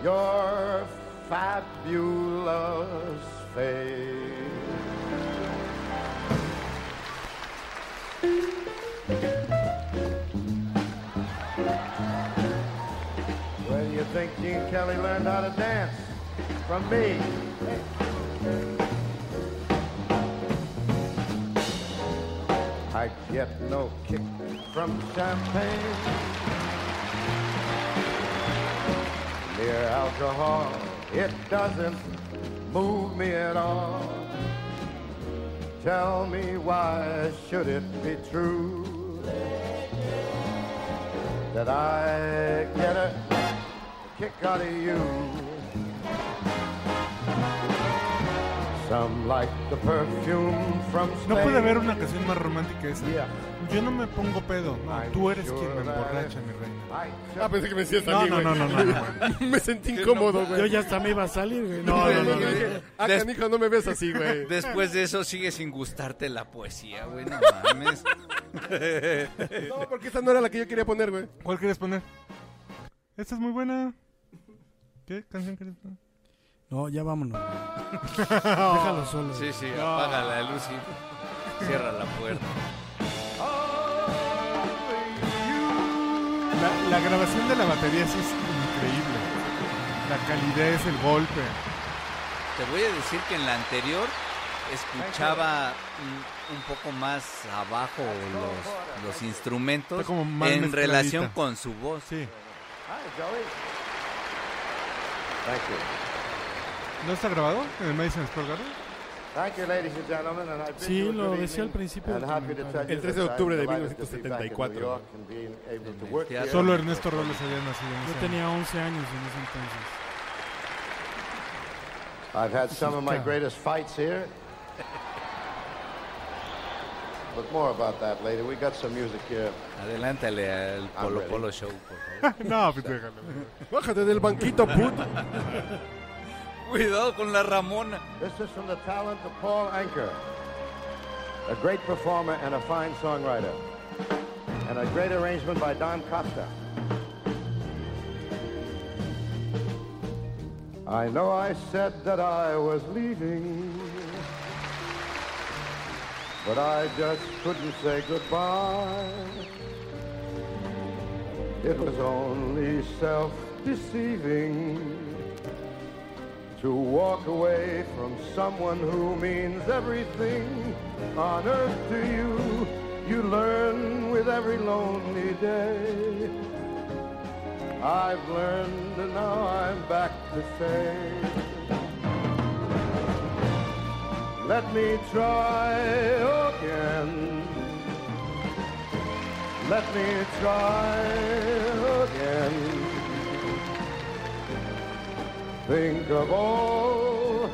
[SPEAKER 9] your fabulous face. Well, you think Gene Kelly learned how to dance from me? I get no kick from champagne. Mere alcohol, it doesn't move me at all. Tell me why should it be true that I get a kick out of you. Some like the perfume from
[SPEAKER 2] No
[SPEAKER 9] Spain.
[SPEAKER 2] puede haber una canción más romántica esa.
[SPEAKER 9] Yeah.
[SPEAKER 2] Yo no me pongo pedo. No,
[SPEAKER 9] I'm
[SPEAKER 2] tú eres
[SPEAKER 9] sure
[SPEAKER 2] quien me
[SPEAKER 9] that-
[SPEAKER 2] emborracha, mi reina.
[SPEAKER 9] I
[SPEAKER 1] Ah, pensé que me decías
[SPEAKER 2] No,
[SPEAKER 1] a mí,
[SPEAKER 2] no,
[SPEAKER 1] güey.
[SPEAKER 2] no, no, no, no.
[SPEAKER 1] me sentí incómodo, güey.
[SPEAKER 4] Yo ya hasta me iba a salir, güey.
[SPEAKER 1] No,
[SPEAKER 4] No, no, no.
[SPEAKER 1] yo
[SPEAKER 4] no.
[SPEAKER 1] dije, ah, canijo, no me ves así, güey.
[SPEAKER 3] Después de eso sigue sin gustarte la poesía, güey, no mames.
[SPEAKER 1] No, porque esta no era la que yo quería poner, güey.
[SPEAKER 2] ¿Cuál quieres poner? Esta es muy buena. ¿Qué canción quieres poner?
[SPEAKER 4] No, ya vámonos. Déjalo solo.
[SPEAKER 3] Sí, sí, apaga la luz y cierra la puerta.
[SPEAKER 2] La, la grabación de la batería sí es increíble. La calidez, el golpe.
[SPEAKER 3] Te voy a decir que en la anterior escuchaba un, un poco más abajo los, los instrumentos
[SPEAKER 2] Está como mal
[SPEAKER 3] en
[SPEAKER 2] mezcladita.
[SPEAKER 3] relación con su voz.
[SPEAKER 2] Sí.
[SPEAKER 9] Hi, Joey. Thank you.
[SPEAKER 2] ¿No está grabado en el Madison Square Garden?
[SPEAKER 9] Thank you, ladies and gentlemen, and I bid
[SPEAKER 4] Sí,
[SPEAKER 9] you a
[SPEAKER 4] lo
[SPEAKER 9] good
[SPEAKER 4] decía al
[SPEAKER 9] evening,
[SPEAKER 4] principio
[SPEAKER 9] and
[SPEAKER 4] del
[SPEAKER 9] happy to
[SPEAKER 4] comentario.
[SPEAKER 9] tell you
[SPEAKER 1] El 13 de
[SPEAKER 9] that I'm
[SPEAKER 1] octubre de
[SPEAKER 9] delighted to be back in
[SPEAKER 1] 1974.
[SPEAKER 9] New York and being able to
[SPEAKER 3] En el
[SPEAKER 9] work
[SPEAKER 3] teatro.
[SPEAKER 9] here.
[SPEAKER 2] Solo Ernesto Robles había nacido en
[SPEAKER 4] Yo
[SPEAKER 2] ese año.
[SPEAKER 4] tenía 11 años en ese entonces.
[SPEAKER 9] I've had some of my greatest fights here. But more about that later. We got some music here.
[SPEAKER 3] Adelántale al Polo
[SPEAKER 9] ready.
[SPEAKER 3] Polo Show, por favor.
[SPEAKER 2] No, pues déjalo.
[SPEAKER 1] Bájate del banquito, put.
[SPEAKER 3] Cuidado con la Ramona.
[SPEAKER 9] This is from the talent of Paul Anker, a great performer and a fine songwriter, and a great arrangement by Don Costa. I know I said that I was leaving, but I just couldn't say goodbye. It was only self-deceiving to walk away from someone who means everything on earth to you. You learn with every lonely day. I've learned and now I'm back to say. Let me try again. Let me try again. Think of all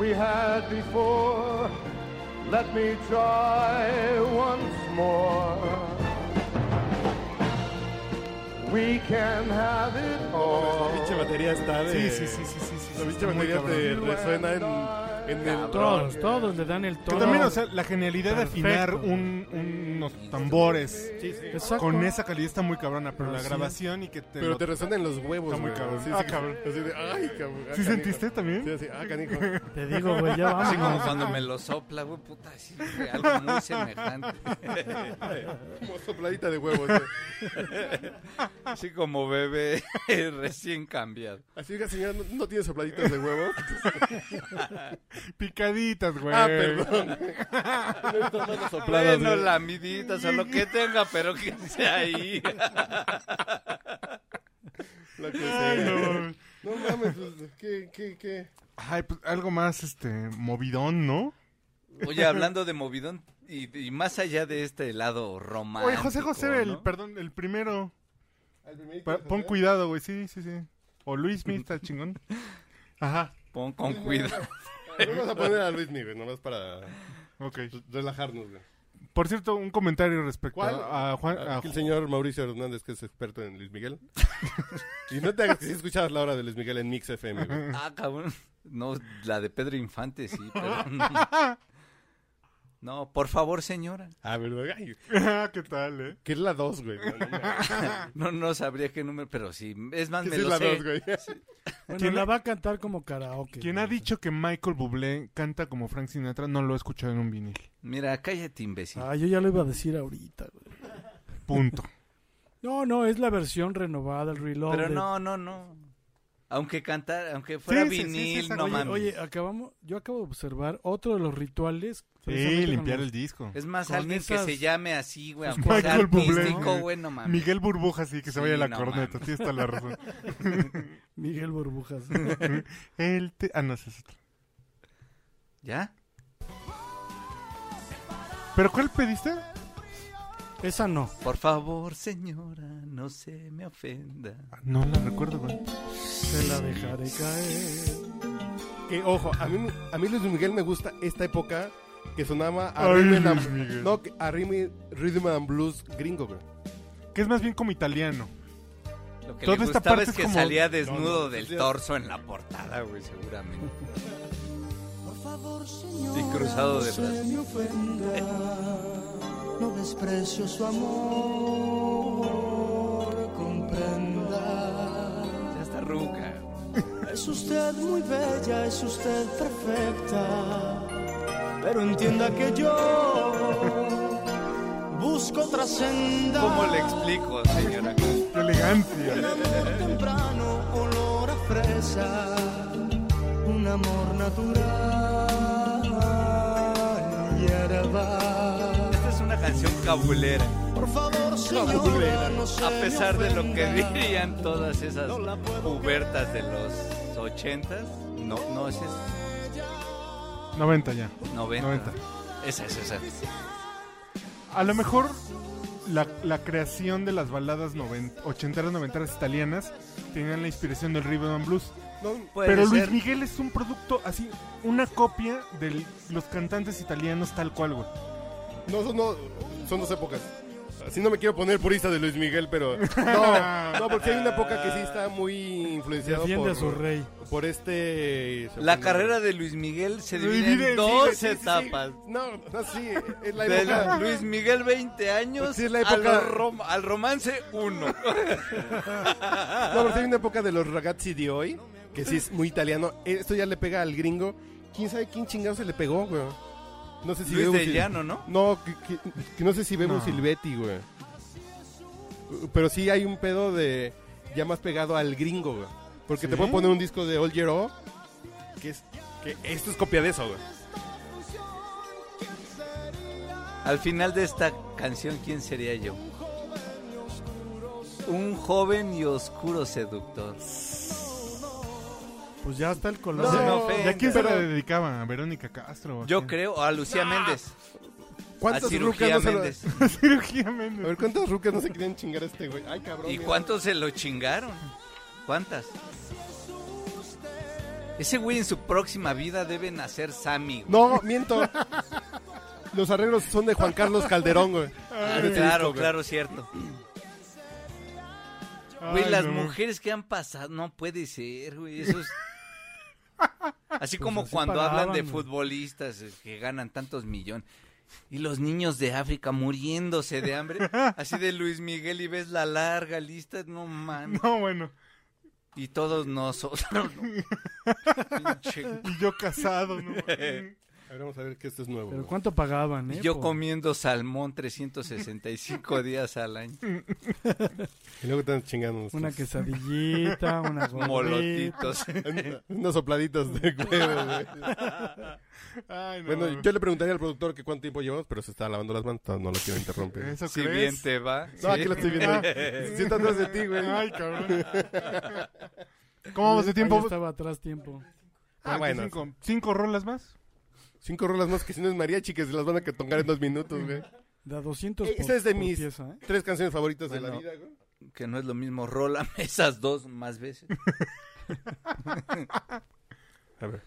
[SPEAKER 9] we had before. Let me try once more. We can have it all.
[SPEAKER 1] Pinche batería está de.
[SPEAKER 2] Sí, sí, sí, sí, sí. sí,
[SPEAKER 1] Oh. La
[SPEAKER 2] sí,
[SPEAKER 1] pinche
[SPEAKER 2] está muy
[SPEAKER 1] batería
[SPEAKER 2] cabrón.
[SPEAKER 1] te resuena en, en el.
[SPEAKER 4] Todos, todos le dan el
[SPEAKER 2] Que
[SPEAKER 4] tono.
[SPEAKER 2] también, o sea, la genialidad
[SPEAKER 4] Perfecto.
[SPEAKER 2] de afinar un- unos tambores
[SPEAKER 4] Exacto.
[SPEAKER 2] con esa calidad está muy cabrona, pero la
[SPEAKER 4] Así
[SPEAKER 2] grabación y que te...
[SPEAKER 1] Pero
[SPEAKER 2] lo-
[SPEAKER 1] te resuena en los huevos,
[SPEAKER 2] Está muy
[SPEAKER 1] güey.
[SPEAKER 2] cabrón.
[SPEAKER 1] Sí,
[SPEAKER 2] Ah,
[SPEAKER 1] sí,
[SPEAKER 2] cabrón.
[SPEAKER 1] así de, ay, cabrón. ah,
[SPEAKER 2] ¿Sí
[SPEAKER 1] canijo.
[SPEAKER 2] sentiste también?
[SPEAKER 1] Sí, así, ah, canijo.
[SPEAKER 4] Te digo, güey, ya
[SPEAKER 3] Así como
[SPEAKER 4] vámonos.
[SPEAKER 3] cuando me lo sopla, güey, puta, sí, güey, algo muy semejante.
[SPEAKER 1] Como sopladita de huevos, güey.
[SPEAKER 3] Así como bebé recién cambiado.
[SPEAKER 1] Así que, señora, ¿no, no tiene sopladitas de huevo?
[SPEAKER 2] Picaditas, güey.
[SPEAKER 1] ah, perdón.
[SPEAKER 3] Bueno, la midita, o lo que tenga, pero que sea ahí.
[SPEAKER 1] La que
[SPEAKER 2] Ay,
[SPEAKER 1] sea.
[SPEAKER 2] no.
[SPEAKER 1] No mames, pues, ¿qué, qué, qué?
[SPEAKER 2] Ay, pues algo más, este, movidón, ¿no?
[SPEAKER 3] Oye, hablando de movidón y, y más allá de este lado romántico.
[SPEAKER 2] Oye, José José, el,
[SPEAKER 3] ¿no?
[SPEAKER 2] perdón, el primero.
[SPEAKER 1] Al primerito,
[SPEAKER 2] Pa-
[SPEAKER 1] José.
[SPEAKER 2] pon cuidado, güey, sí, sí, sí. O Luis, mi, está chingón. Ajá,
[SPEAKER 3] Pon con cuidado.
[SPEAKER 1] Vamos a poner a Luis Miguel, nomás para
[SPEAKER 2] ok.
[SPEAKER 1] relajarnos, güey.
[SPEAKER 2] Por cierto, un comentario respecto
[SPEAKER 1] ¿Cuál? Ah,
[SPEAKER 2] a a Juan... ah, a
[SPEAKER 1] Aquí el señor Mauricio Hernández, que es experto en Luis Miguel. y no te hagas que si escuchabas la hora de Luis Miguel en Mix FM, güey.
[SPEAKER 3] Ah, cabrón. No, la de Pedro Infante, sí, pero. No, por favor, señora.
[SPEAKER 1] A ver, güey. ay,
[SPEAKER 2] Ju- ¿Qué tal, eh?
[SPEAKER 1] Que es la 2, güey. No, no,
[SPEAKER 3] No,
[SPEAKER 1] no.
[SPEAKER 3] no sabría qué número, pero sí. Es más,
[SPEAKER 1] Que
[SPEAKER 3] me
[SPEAKER 1] sí es
[SPEAKER 3] lo
[SPEAKER 1] la
[SPEAKER 3] sé.
[SPEAKER 1] 2, güey.
[SPEAKER 4] Bueno,
[SPEAKER 2] ¿Quién-
[SPEAKER 4] la va a cantar como karaoke.
[SPEAKER 2] Quien ha dicho que Michael Bublé canta como Frank Sinatra no lo he escuchado en un vinil.
[SPEAKER 3] Mira, cállate, imbécil.
[SPEAKER 4] Ah, yo ya lo iba a decir ahorita, güey.
[SPEAKER 2] Punto.
[SPEAKER 4] No, no, es la versión renovada, el reload.
[SPEAKER 3] pero
[SPEAKER 4] de-
[SPEAKER 3] no, no, no. Aunque cantar, aunque fuera
[SPEAKER 2] Sí, sí, sí, sí,
[SPEAKER 3] vinil,
[SPEAKER 2] esa-
[SPEAKER 3] no
[SPEAKER 2] oye,
[SPEAKER 3] mames.
[SPEAKER 4] Oye, acabamos, yo acabo de observar otro de los rituales.
[SPEAKER 2] Sí,
[SPEAKER 4] precisamente
[SPEAKER 2] Eh, limpiar
[SPEAKER 4] con
[SPEAKER 2] el disco.
[SPEAKER 3] es más,
[SPEAKER 4] con
[SPEAKER 3] alguien
[SPEAKER 4] esas-
[SPEAKER 3] que se llame así, güey, aunque sea
[SPEAKER 2] Pues, Michael Bublé.
[SPEAKER 3] artístico, güey, no mames.
[SPEAKER 2] Miguel Burbuja, sí, que se
[SPEAKER 3] Sí,
[SPEAKER 2] vaya la
[SPEAKER 3] no
[SPEAKER 2] corneta.
[SPEAKER 3] mames.
[SPEAKER 2] Tienes toda la razón.
[SPEAKER 4] Miguel Burbujas.
[SPEAKER 2] El te- Ah, no, ese es otro.
[SPEAKER 3] ¿Ya?
[SPEAKER 2] ¿Pero cuál pediste?
[SPEAKER 4] Esa no.
[SPEAKER 3] Por favor, señora, no se me ofenda.
[SPEAKER 2] No la recuerdo, güey.
[SPEAKER 4] Se la dejaré caer.
[SPEAKER 1] Que ojo, a mí, a mí Luis Miguel me gusta esta época que sonaba a,
[SPEAKER 2] Ay,
[SPEAKER 1] rhythm and-
[SPEAKER 2] Luis Miguel.
[SPEAKER 1] no, que- a rhythm, rhythm and blues gringo, güey.
[SPEAKER 2] Que es más bien como italiano.
[SPEAKER 3] Lo que
[SPEAKER 2] Toda
[SPEAKER 3] le
[SPEAKER 2] esta
[SPEAKER 3] gustaba
[SPEAKER 2] parte
[SPEAKER 3] es
[SPEAKER 2] es
[SPEAKER 3] que
[SPEAKER 2] como-
[SPEAKER 3] salía desnudo
[SPEAKER 1] no,
[SPEAKER 3] del
[SPEAKER 1] sí.
[SPEAKER 3] torso en la portada, güey, seguramente. Y cruzado de brazos.
[SPEAKER 5] No desprecio su amor, comprenda.
[SPEAKER 3] Ya está ruca.
[SPEAKER 5] Es usted muy bella, es usted perfecta, pero entienda que yo busco otra senda.
[SPEAKER 3] ¿Cómo le explico, señora?
[SPEAKER 2] Qué elegancia.
[SPEAKER 5] Un amor temprano, olor a fresa, un amor natural, hierba.
[SPEAKER 3] Esta es una canción cabulera.
[SPEAKER 5] Por favor, señora,
[SPEAKER 3] Cabulera.
[SPEAKER 5] no se
[SPEAKER 3] A
[SPEAKER 5] me
[SPEAKER 3] pesar de lo que
[SPEAKER 5] ofenda.
[SPEAKER 3] dirían todas esas pubertas de los ochentas. No, no, esa es
[SPEAKER 2] 90 ya.
[SPEAKER 3] noventa.
[SPEAKER 2] 90.
[SPEAKER 3] Esa es esa.
[SPEAKER 2] A lo mejor la, la creación de las baladas noven- ochenteras, noventeras italianas tenían la inspiración del rhythm and blues.
[SPEAKER 3] Puede
[SPEAKER 2] pero Luis
[SPEAKER 3] ser.
[SPEAKER 2] Miguel es un producto así, una copia de los cantantes italianos tal cual, güey.
[SPEAKER 1] No, son, no, son dos épocas. Así no me quiero poner purista de Luis Miguel, pero. No, no, porque hay una época que sí está muy influenciado
[SPEAKER 4] Defiende
[SPEAKER 1] por,
[SPEAKER 4] a su rey.
[SPEAKER 1] por este.
[SPEAKER 3] La carrera de Luis Miguel se
[SPEAKER 1] Se
[SPEAKER 3] divide, en
[SPEAKER 1] divide, sí,
[SPEAKER 3] dos
[SPEAKER 1] sí, sí, sí.
[SPEAKER 3] etapas.
[SPEAKER 1] No, no, sí. Es la
[SPEAKER 3] De
[SPEAKER 1] época.
[SPEAKER 3] Luis Miguel 20 años
[SPEAKER 1] Pues sí, es la
[SPEAKER 3] a
[SPEAKER 1] época-
[SPEAKER 3] los rom- al romance 1.
[SPEAKER 1] No, pero hay una época de los ragazzi de hoy, que sí es muy italiano. Esto ya le pega al gringo. ¿Quién sabe quién chingado se le pegó, güey? No sé si
[SPEAKER 3] Luis
[SPEAKER 1] veo un
[SPEAKER 3] de
[SPEAKER 1] Sil-
[SPEAKER 3] Llano, ¿no?
[SPEAKER 1] No, que, que- que no sé si vemos
[SPEAKER 2] No.
[SPEAKER 1] Silvetti, güey. Pero sí hay un pedo de ya más pegado al gringo, güey. Porque te
[SPEAKER 2] ¿Sí?
[SPEAKER 1] puedo poner un disco de All Year O, que, es, que esto es copia de eso, güey.
[SPEAKER 3] Al final de esta canción, ¿quién sería yo? Un joven y oscuro seductor.
[SPEAKER 4] Pues ya está el color.
[SPEAKER 3] No se me
[SPEAKER 1] No,
[SPEAKER 2] ¿Y
[SPEAKER 3] ofenda.
[SPEAKER 2] a quién se
[SPEAKER 1] Pero-
[SPEAKER 2] la dedicaba? ¿A Verónica Castro? o a
[SPEAKER 3] Yo
[SPEAKER 2] quién?
[SPEAKER 3] creo a Lucía Méndez, a
[SPEAKER 1] ¿Cuántas
[SPEAKER 3] Cirugía
[SPEAKER 1] rucas no se lo-
[SPEAKER 3] Méndez.
[SPEAKER 2] Cirugía
[SPEAKER 1] A
[SPEAKER 2] Méndez.
[SPEAKER 1] ver, ¿cuántas rucas no se querían chingar a este güey? Ay, cabrón.
[SPEAKER 3] ¿Y
[SPEAKER 1] mira.
[SPEAKER 3] cuántos se lo chingaron? ¿Cuántas? Ese güey en su próxima vida debe nacer Sammy. güey.
[SPEAKER 1] No, miento. Los arreglos son de Juan Carlos Calderón, güey.
[SPEAKER 3] Ah,
[SPEAKER 1] De este
[SPEAKER 3] claro,
[SPEAKER 1] disco, güey.
[SPEAKER 3] claro, cierto. Güey,
[SPEAKER 2] Ay,
[SPEAKER 3] las
[SPEAKER 2] no.
[SPEAKER 3] mujeres que han pasado, no puede ser, güey. Eso es... Así
[SPEAKER 2] Pues
[SPEAKER 3] como
[SPEAKER 4] así
[SPEAKER 3] cuando
[SPEAKER 4] paraban,
[SPEAKER 3] hablan de
[SPEAKER 4] güey.
[SPEAKER 3] futbolistas eh, que ganan tantos millones. Y los niños de África muriéndose de hambre. Así de Luis Miguel y ves la larga lista. No mames.
[SPEAKER 2] No, bueno.
[SPEAKER 3] Y todos nosotros. ¿no? Pinche-
[SPEAKER 2] Y yo casado, ¿no?
[SPEAKER 1] A ver, vamos a ver que esto es nuevo.
[SPEAKER 4] Pero
[SPEAKER 1] güey.
[SPEAKER 4] ¿cuánto pagaban, eh?
[SPEAKER 3] Y yo
[SPEAKER 4] por-
[SPEAKER 3] comiendo salmón 365 días al año.
[SPEAKER 1] Y luego están chingando. unos-
[SPEAKER 4] Una quesadillita, una gordita.
[SPEAKER 3] Molotitos.
[SPEAKER 1] Unas sopladitas de huevo, güey.
[SPEAKER 2] Ay, no.
[SPEAKER 1] Bueno, yo le preguntaría al productor que cuánto tiempo llevamos, pero se está lavando las manos, no lo quiero interrumpir.
[SPEAKER 2] ¿Eso
[SPEAKER 3] Si
[SPEAKER 2] crees?
[SPEAKER 3] bien te va.
[SPEAKER 1] No,
[SPEAKER 3] ¿sí?
[SPEAKER 1] aquí lo estoy viendo. Siento atrás de ti, güey. Ah,
[SPEAKER 2] Ay, cabrón. ¿Cómo vamos de
[SPEAKER 4] Ahí
[SPEAKER 2] tiempo?
[SPEAKER 4] estaba atrás tiempo.
[SPEAKER 1] Ah, bueno.
[SPEAKER 2] Cinco, cinco rolas más.
[SPEAKER 1] Cinco rolas más que si no es mariachi, que se las van a tongar en dos minutos, güey.
[SPEAKER 4] De a 200
[SPEAKER 1] Esa
[SPEAKER 4] por-
[SPEAKER 1] es de
[SPEAKER 4] por
[SPEAKER 1] mis-
[SPEAKER 4] pieza, ¿eh?
[SPEAKER 1] Tres canciones favoritas de la
[SPEAKER 3] Bueno.
[SPEAKER 1] vida, güey.
[SPEAKER 3] que no es lo mismo, rólame esas dos más veces.
[SPEAKER 1] A ver.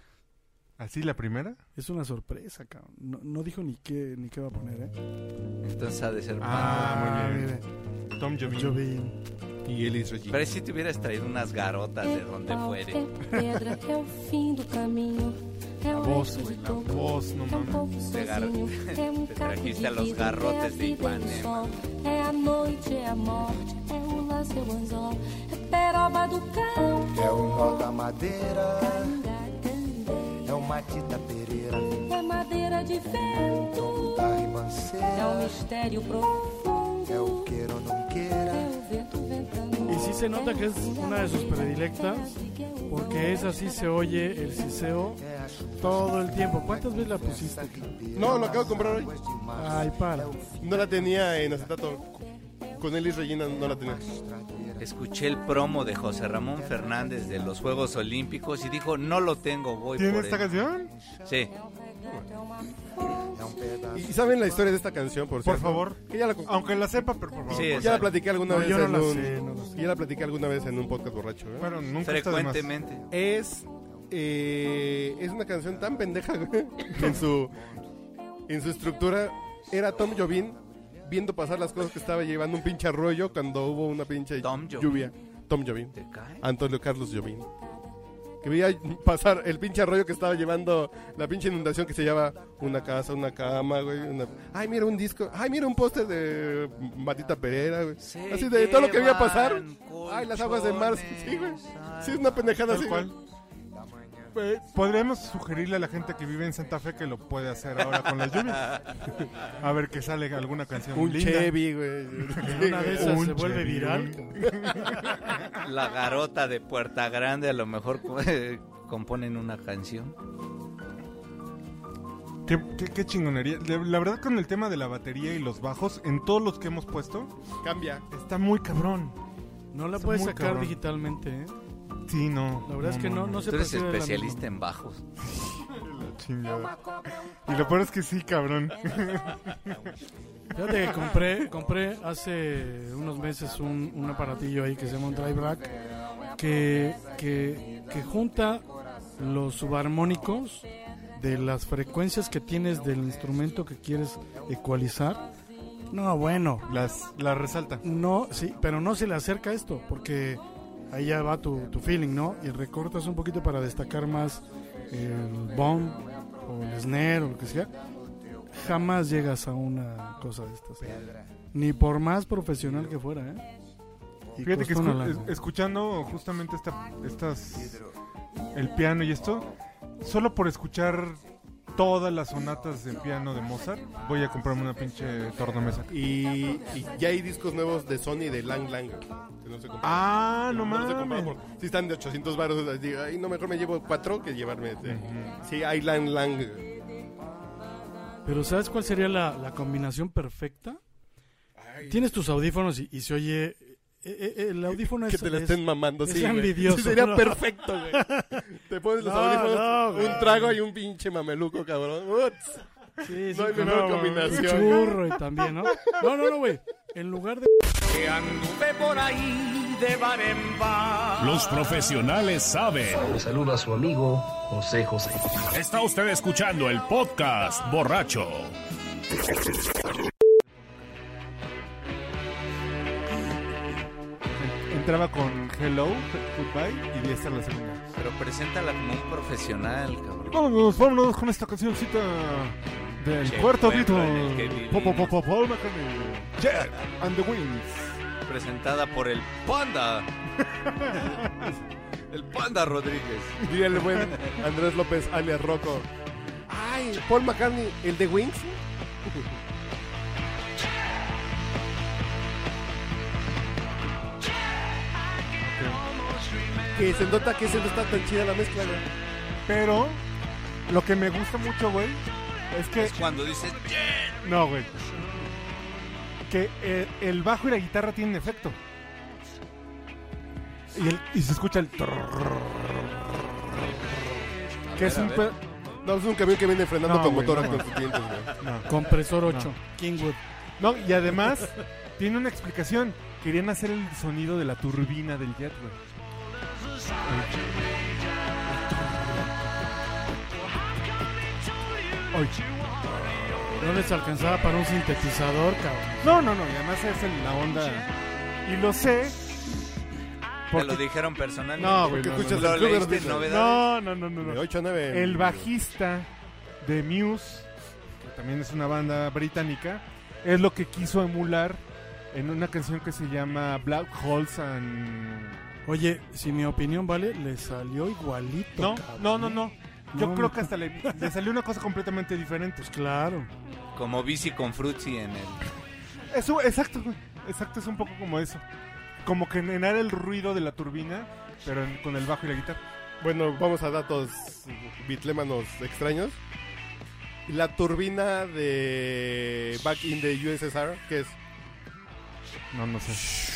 [SPEAKER 2] ¿Así la primera?
[SPEAKER 4] Es una sorpresa, cabrón. No, no dijo ni qué, ni qué va a poner, ¿eh?
[SPEAKER 3] Entonces ha de ser
[SPEAKER 2] Ah, muy bien.
[SPEAKER 4] mire,
[SPEAKER 2] Tom Jobim.
[SPEAKER 4] yo vi.
[SPEAKER 1] Y Elis Regina.
[SPEAKER 3] Pero si te hubieras traído unas garotas de donde fuere.
[SPEAKER 8] pedra que é o fim do caminho. É
[SPEAKER 2] La
[SPEAKER 8] o
[SPEAKER 2] voz,
[SPEAKER 8] eco de
[SPEAKER 2] güey, la
[SPEAKER 8] todo
[SPEAKER 2] voz, no
[SPEAKER 8] É um
[SPEAKER 2] mames.
[SPEAKER 8] pouco
[SPEAKER 3] Te gar-
[SPEAKER 8] sozinho, é um caco de
[SPEAKER 3] te trajiste a los
[SPEAKER 8] vidro, é a
[SPEAKER 3] garrotes
[SPEAKER 8] vida
[SPEAKER 3] de
[SPEAKER 8] e o
[SPEAKER 3] Ipanema.
[SPEAKER 8] sol, é a noite, é a morte, é o lance, é o anzol, é peroba do campo,
[SPEAKER 5] É o nó da madeira,
[SPEAKER 8] cangacandeia,
[SPEAKER 5] é o Matita Pereira, um
[SPEAKER 8] é madeira de vento,
[SPEAKER 5] da ribanceira,
[SPEAKER 8] é um mistério profundo,
[SPEAKER 5] é o queira ou não
[SPEAKER 8] é
[SPEAKER 5] queira.
[SPEAKER 8] o vento ventando.
[SPEAKER 4] Y sí se nota que es una de sus predilectas, porque esa sí se oye el siseo
[SPEAKER 5] é
[SPEAKER 4] todo el tiempo. ¿Cuántas veces la pusiste?
[SPEAKER 1] No, lo acabo de comprar hoy.
[SPEAKER 4] Ay, para.
[SPEAKER 1] No la tenía en acetato. Con Elis Regina no la tenía.
[SPEAKER 3] Escuché el promo de José Ramón Fernández de los Juegos Olímpicos y dijo, no lo tengo, voy
[SPEAKER 2] ¿Tiene
[SPEAKER 3] por
[SPEAKER 2] esta
[SPEAKER 3] él".
[SPEAKER 2] canción?
[SPEAKER 3] Sí,
[SPEAKER 1] ¿Y saben la historia de esta canción, por
[SPEAKER 2] Por
[SPEAKER 1] cierto?
[SPEAKER 2] favor. Ah,
[SPEAKER 1] Que ya la, co-
[SPEAKER 2] Aunque la sepa, pero por favor.
[SPEAKER 3] Sí,
[SPEAKER 1] ya la
[SPEAKER 3] exacto.
[SPEAKER 1] platiqué alguna
[SPEAKER 4] No,
[SPEAKER 1] vez
[SPEAKER 4] yo no
[SPEAKER 1] en
[SPEAKER 4] la
[SPEAKER 1] un...
[SPEAKER 4] sé, no la sé.
[SPEAKER 1] Ya la platiqué alguna vez en un podcast borracho, ¿eh?
[SPEAKER 2] Bueno, nunca está de más.
[SPEAKER 3] frecuentemente.
[SPEAKER 1] es eh, es una canción tan pendeja, güey, que en su, en su estructura era Tom Jobin viendo pasar las cosas que estaba llevando un pinche arroyo cuando hubo una pinche
[SPEAKER 3] Tom Jobim.
[SPEAKER 1] lluvia. Tom Jobin.
[SPEAKER 3] ¿Te cae?
[SPEAKER 1] Antonio Carlos Jobim. Que veía pasar el pinche arroyo que estaba llevando la pinche inundación que se lleva una casa, una cama, güey. una- Ay, mira un disco. Ay, mira un póster de Matita Pereira, güey.
[SPEAKER 3] Se
[SPEAKER 1] Así de todo lo que veía
[SPEAKER 3] llevan
[SPEAKER 1] pasar. Ay, las aguas de mar. Sí, güey. Sí, es una pendejada así.
[SPEAKER 2] Tal
[SPEAKER 1] güey.
[SPEAKER 2] cual. Eh, Podríamos sugerirle a la gente que vive en Santa Fe que lo puede hacer ahora con las lluvias. A ver que sale alguna canción
[SPEAKER 1] Un
[SPEAKER 2] linda.
[SPEAKER 1] Chevy, güey. Sí,
[SPEAKER 4] Una de
[SPEAKER 1] güey.
[SPEAKER 4] esas
[SPEAKER 2] Un
[SPEAKER 4] se vuelve
[SPEAKER 2] Chevy.
[SPEAKER 4] viral. cabrón.
[SPEAKER 3] La garota de Puerta Grande a lo mejor eh, componen una canción.
[SPEAKER 2] Qué, qué- qué chingonería. De- La verdad con el tema de la batería y los bajos, en todos los que hemos puesto,
[SPEAKER 1] Cambia.
[SPEAKER 2] está muy cabrón.
[SPEAKER 4] No la
[SPEAKER 2] Está
[SPEAKER 4] puedes
[SPEAKER 2] muy
[SPEAKER 4] sacar
[SPEAKER 2] cabrón.
[SPEAKER 4] digitalmente, ¿eh?
[SPEAKER 2] Sí, no.
[SPEAKER 4] La verdad es que no, no se
[SPEAKER 3] Tú eres
[SPEAKER 4] percibe de la
[SPEAKER 3] especialista
[SPEAKER 4] misma.
[SPEAKER 3] en bajos.
[SPEAKER 2] Chingada. Y lo peor es que sí, cabrón.
[SPEAKER 4] Fíjate que compré, compré hace unos meses un, un aparatillo ahí que se llama un dry rack que, que, que junta los subarmónicos de las frecuencias que tienes del instrumento que quieres ecualizar. No, bueno,
[SPEAKER 2] Las, las resalta.
[SPEAKER 4] no, sí, pero no se le acerca esto, porque ahí ya va tu, tu feeling, ¿no? Y recortas un poquito para destacar más el bomb o el snare o lo que sea. Jamás llegas a una cosa de estas. ¿eh? Ni por más profesional que fuera, ¿eh? Y
[SPEAKER 2] Fíjate que
[SPEAKER 4] cuesta una
[SPEAKER 2] escu-
[SPEAKER 4] lana.
[SPEAKER 2] es- escuchando justamente esta, estas el piano y esto, solo por escuchar todas las sonatas de piano de Mozart, voy a comprarme una pinche tornamesa.
[SPEAKER 1] Y, y ya hay discos nuevos de Sony de Lang Lang. Que no se compran.
[SPEAKER 2] Ah, no
[SPEAKER 1] No se compran
[SPEAKER 2] mames.
[SPEAKER 1] por- Si están de 800 baros, así, digo, ay, no, mejor me llevo cuatro que llevarme. este. Sí, hay Lang Lang.
[SPEAKER 4] Pero ¿sabes cuál sería la, la combinación perfecta? Tienes tus audífonos y, y se oye... eh, eh, eh, el audífono
[SPEAKER 1] Que
[SPEAKER 4] es-
[SPEAKER 1] te la
[SPEAKER 4] es-
[SPEAKER 1] estén mamando, sí.
[SPEAKER 4] es
[SPEAKER 1] güey.
[SPEAKER 4] envidioso,
[SPEAKER 1] Sí, sería
[SPEAKER 4] ¿no?
[SPEAKER 1] perfecto, güey. Te pones los
[SPEAKER 4] No, no,
[SPEAKER 1] audífonos,
[SPEAKER 4] güey.
[SPEAKER 1] un trago y un pinche mameluco, cabrón. Uts,
[SPEAKER 4] Sí, sí,
[SPEAKER 1] no hay mejor
[SPEAKER 4] con-
[SPEAKER 2] no,
[SPEAKER 4] Un
[SPEAKER 1] combinación.
[SPEAKER 4] churro y también, ¿no? No, no, no, güey. En lugar de...
[SPEAKER 6] Los profesionales saben.
[SPEAKER 10] Le saluda a su amigo José José.
[SPEAKER 6] Está usted escuchando el podcast borracho.
[SPEAKER 2] Entraba con Hello, Goodbye y esta es la segunda.
[SPEAKER 3] Pero preséntala como un profesional, cabrón.
[SPEAKER 2] Vámonos, vámonos con esta cancioncita del
[SPEAKER 3] Che,
[SPEAKER 2] cuarto grito.
[SPEAKER 3] pueblo en el que vivimos.
[SPEAKER 2] Po, po, po, po, Paul McCartney. Jet and the Wings.
[SPEAKER 3] Presentada por el Panda. el Panda Rodríguez.
[SPEAKER 1] Diría el buen Andrés López, alias Rocco. Ay, Paul McCartney, el de Wings. Que se nota que se no está tan chida la mezcla, güey.
[SPEAKER 2] Pero lo que me gusta mucho, güey, es que
[SPEAKER 3] Es cuando dices, "Yeah".
[SPEAKER 2] No, güey. Que eh, el bajo y la guitarra tienen efecto. Y, el- y se escucha el... trrrr. que es un... pe-
[SPEAKER 1] No, es un camión que viene frenando
[SPEAKER 2] No,
[SPEAKER 1] con
[SPEAKER 2] güey,
[SPEAKER 1] motoras
[SPEAKER 2] no,
[SPEAKER 1] con sus dientes, güey.
[SPEAKER 4] Compresor 8. Kingwood.
[SPEAKER 2] No, y además tiene una explicación. Querían hacer el sonido de la turbina del jet, güey. Ay.
[SPEAKER 4] No les alcanzaba para un sintetizador, cabrón.
[SPEAKER 2] No, no, no. Y además es el- la onda... Y lo sé...
[SPEAKER 3] te
[SPEAKER 2] porque-
[SPEAKER 3] lo dijeron personalmente.
[SPEAKER 2] No, güey.
[SPEAKER 1] ¿Qué
[SPEAKER 2] no, no,
[SPEAKER 1] escuchas
[SPEAKER 2] no.
[SPEAKER 3] ¿Lo
[SPEAKER 1] del Club de los
[SPEAKER 3] leíste en
[SPEAKER 1] Beatles?
[SPEAKER 3] novedades?
[SPEAKER 2] No, no, no, no. no.
[SPEAKER 1] De 8 a 9.
[SPEAKER 2] El bajista de Muse, que también es una banda británica, es lo que quiso emular en una canción que se llama Black Holes and...
[SPEAKER 4] Oye, si mi opinión vale, le salió igualito.
[SPEAKER 2] No,
[SPEAKER 4] cabrón. ¿eh?
[SPEAKER 2] no, no, no. Yo
[SPEAKER 4] No,
[SPEAKER 2] creo
[SPEAKER 4] no.
[SPEAKER 2] que hasta le, le salió una cosa completamente diferente.
[SPEAKER 4] Pues claro.
[SPEAKER 3] Como bici con Fruitsy en el.
[SPEAKER 2] Eso, exacto, güey. Exacto, es un poco como eso. Como que enar el ruido de la turbina, pero en- con el bajo y la guitarra.
[SPEAKER 1] Bueno, vamos a datos bitlémanos extraños. La turbina de Back in the USSR, que es
[SPEAKER 2] No, no sé.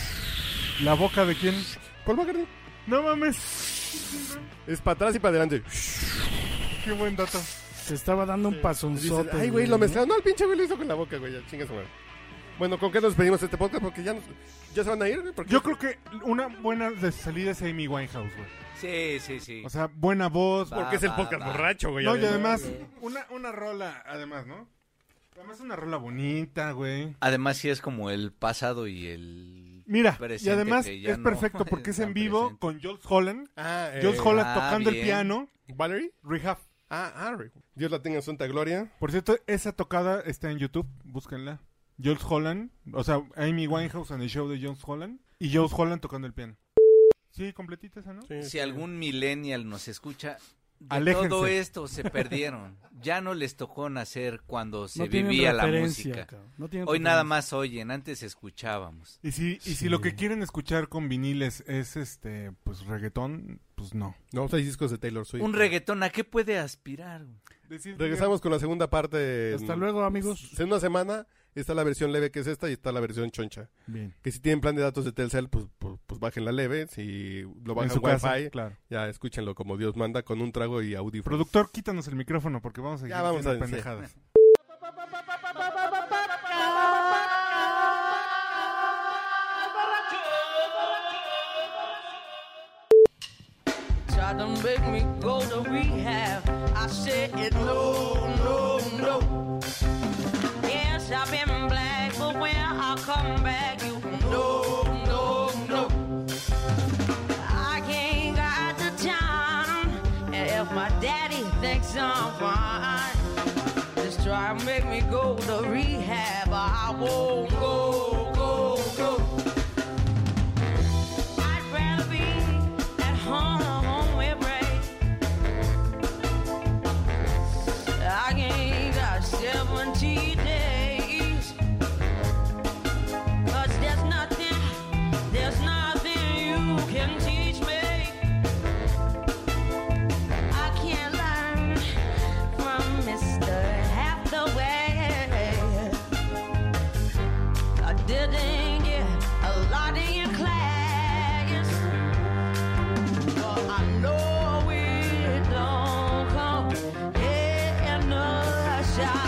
[SPEAKER 2] ¿La boca de quién?
[SPEAKER 1] Paul McCartney,
[SPEAKER 2] No mames.
[SPEAKER 1] es para atrás y para adelante.
[SPEAKER 2] Qué buen dato.
[SPEAKER 4] Se estaba dando un
[SPEAKER 1] Dicen,
[SPEAKER 4] pasonzote.
[SPEAKER 1] Ay, güey, lo mezclaron. No, el pinche güey lo hizo con la boca, güey. Ya, chingas, güey. Bueno, ¿con qué nos pedimos este podcast? Porque ya, nos- ya se van a ir, güey. Porque
[SPEAKER 2] Yo creo que una buena de salida es Amy Winehouse, güey.
[SPEAKER 3] Sí, sí, sí.
[SPEAKER 2] O sea, buena voz.
[SPEAKER 3] Va,
[SPEAKER 1] Porque es el
[SPEAKER 3] va,
[SPEAKER 1] podcast
[SPEAKER 3] va.
[SPEAKER 1] borracho, güey.
[SPEAKER 2] no, y
[SPEAKER 1] además.
[SPEAKER 2] además, una, una rola, además, ¿no? Además, una rola bonita, güey.
[SPEAKER 3] Además, sí es como el pasado y el.
[SPEAKER 2] Mira, y
[SPEAKER 3] presente
[SPEAKER 2] además
[SPEAKER 3] que ya
[SPEAKER 2] es
[SPEAKER 3] no
[SPEAKER 2] perfecto porque es en
[SPEAKER 3] tan
[SPEAKER 2] vivo
[SPEAKER 3] presente.
[SPEAKER 2] con Jules Holland.
[SPEAKER 1] Ah, eh,
[SPEAKER 2] Jules Holland
[SPEAKER 3] ah,
[SPEAKER 2] tocando el
[SPEAKER 3] bien.
[SPEAKER 2] piano.
[SPEAKER 1] ¿Valerie?
[SPEAKER 2] Rehab.
[SPEAKER 1] Ah, ah, re- Dios la tenga en santa gloria.
[SPEAKER 2] Por cierto, esa tocada está en YouTube, búsquenla. Jules Holland, o sea, Amy Winehouse and the show de Jules Holland y Jules Holland tocando el piano. Sí, completita esa, ¿no?
[SPEAKER 3] Si algún millennial nos escucha, de
[SPEAKER 2] Aléjense.
[SPEAKER 3] todo esto se perdieron. Ya no les tocó nacer cuando se
[SPEAKER 4] no tienen
[SPEAKER 3] vivía la
[SPEAKER 4] referencia,
[SPEAKER 3] música.
[SPEAKER 4] cabrón, no tienen
[SPEAKER 3] Hoy nada
[SPEAKER 4] referencia.
[SPEAKER 3] más oyen, antes escuchábamos.
[SPEAKER 2] Y si, y si lo que quieren escuchar con viniles es este, pues reggaetón, pues no.
[SPEAKER 1] No, pues hay discos de Taylor Swift.
[SPEAKER 3] Un reggaetón, ¿a qué puede aspirar? güey?
[SPEAKER 1] Regresamos con la segunda parte. en-
[SPEAKER 4] Hasta luego, amigos.
[SPEAKER 1] En una semana está la versión leve que es esta y está la versión choncha.
[SPEAKER 2] Bien.
[SPEAKER 1] Que si tienen plan de datos de Telcel, pues, pues, pues bajen la leve. Si lo
[SPEAKER 2] En
[SPEAKER 1] bajan Wi-Fi,
[SPEAKER 2] su
[SPEAKER 1] Pues,
[SPEAKER 2] casa, claro.
[SPEAKER 1] ya escúchenlo como Dios manda con un trago y audífonos.
[SPEAKER 2] Productor, quítanos el micrófono porque vamos a seguir
[SPEAKER 1] Ya vamos
[SPEAKER 2] haciendo
[SPEAKER 1] a- sí.
[SPEAKER 2] pendejadas.
[SPEAKER 5] Try to make me go to rehab. I said no, no, no. Yes, I've been black, but when I come back, you no, no, no. I ain't got the time, and if my daddy thinks I'm fine, just try to make me go to rehab. I won't go, go, go. I'd rather be at home with Ray. I ain't got 70 days. 'Cause there's nothing, there's nothing you can teach me. I can't learn from Mr. Hathaway. I didn't get a lot in your class. But I know we don't come in a shot.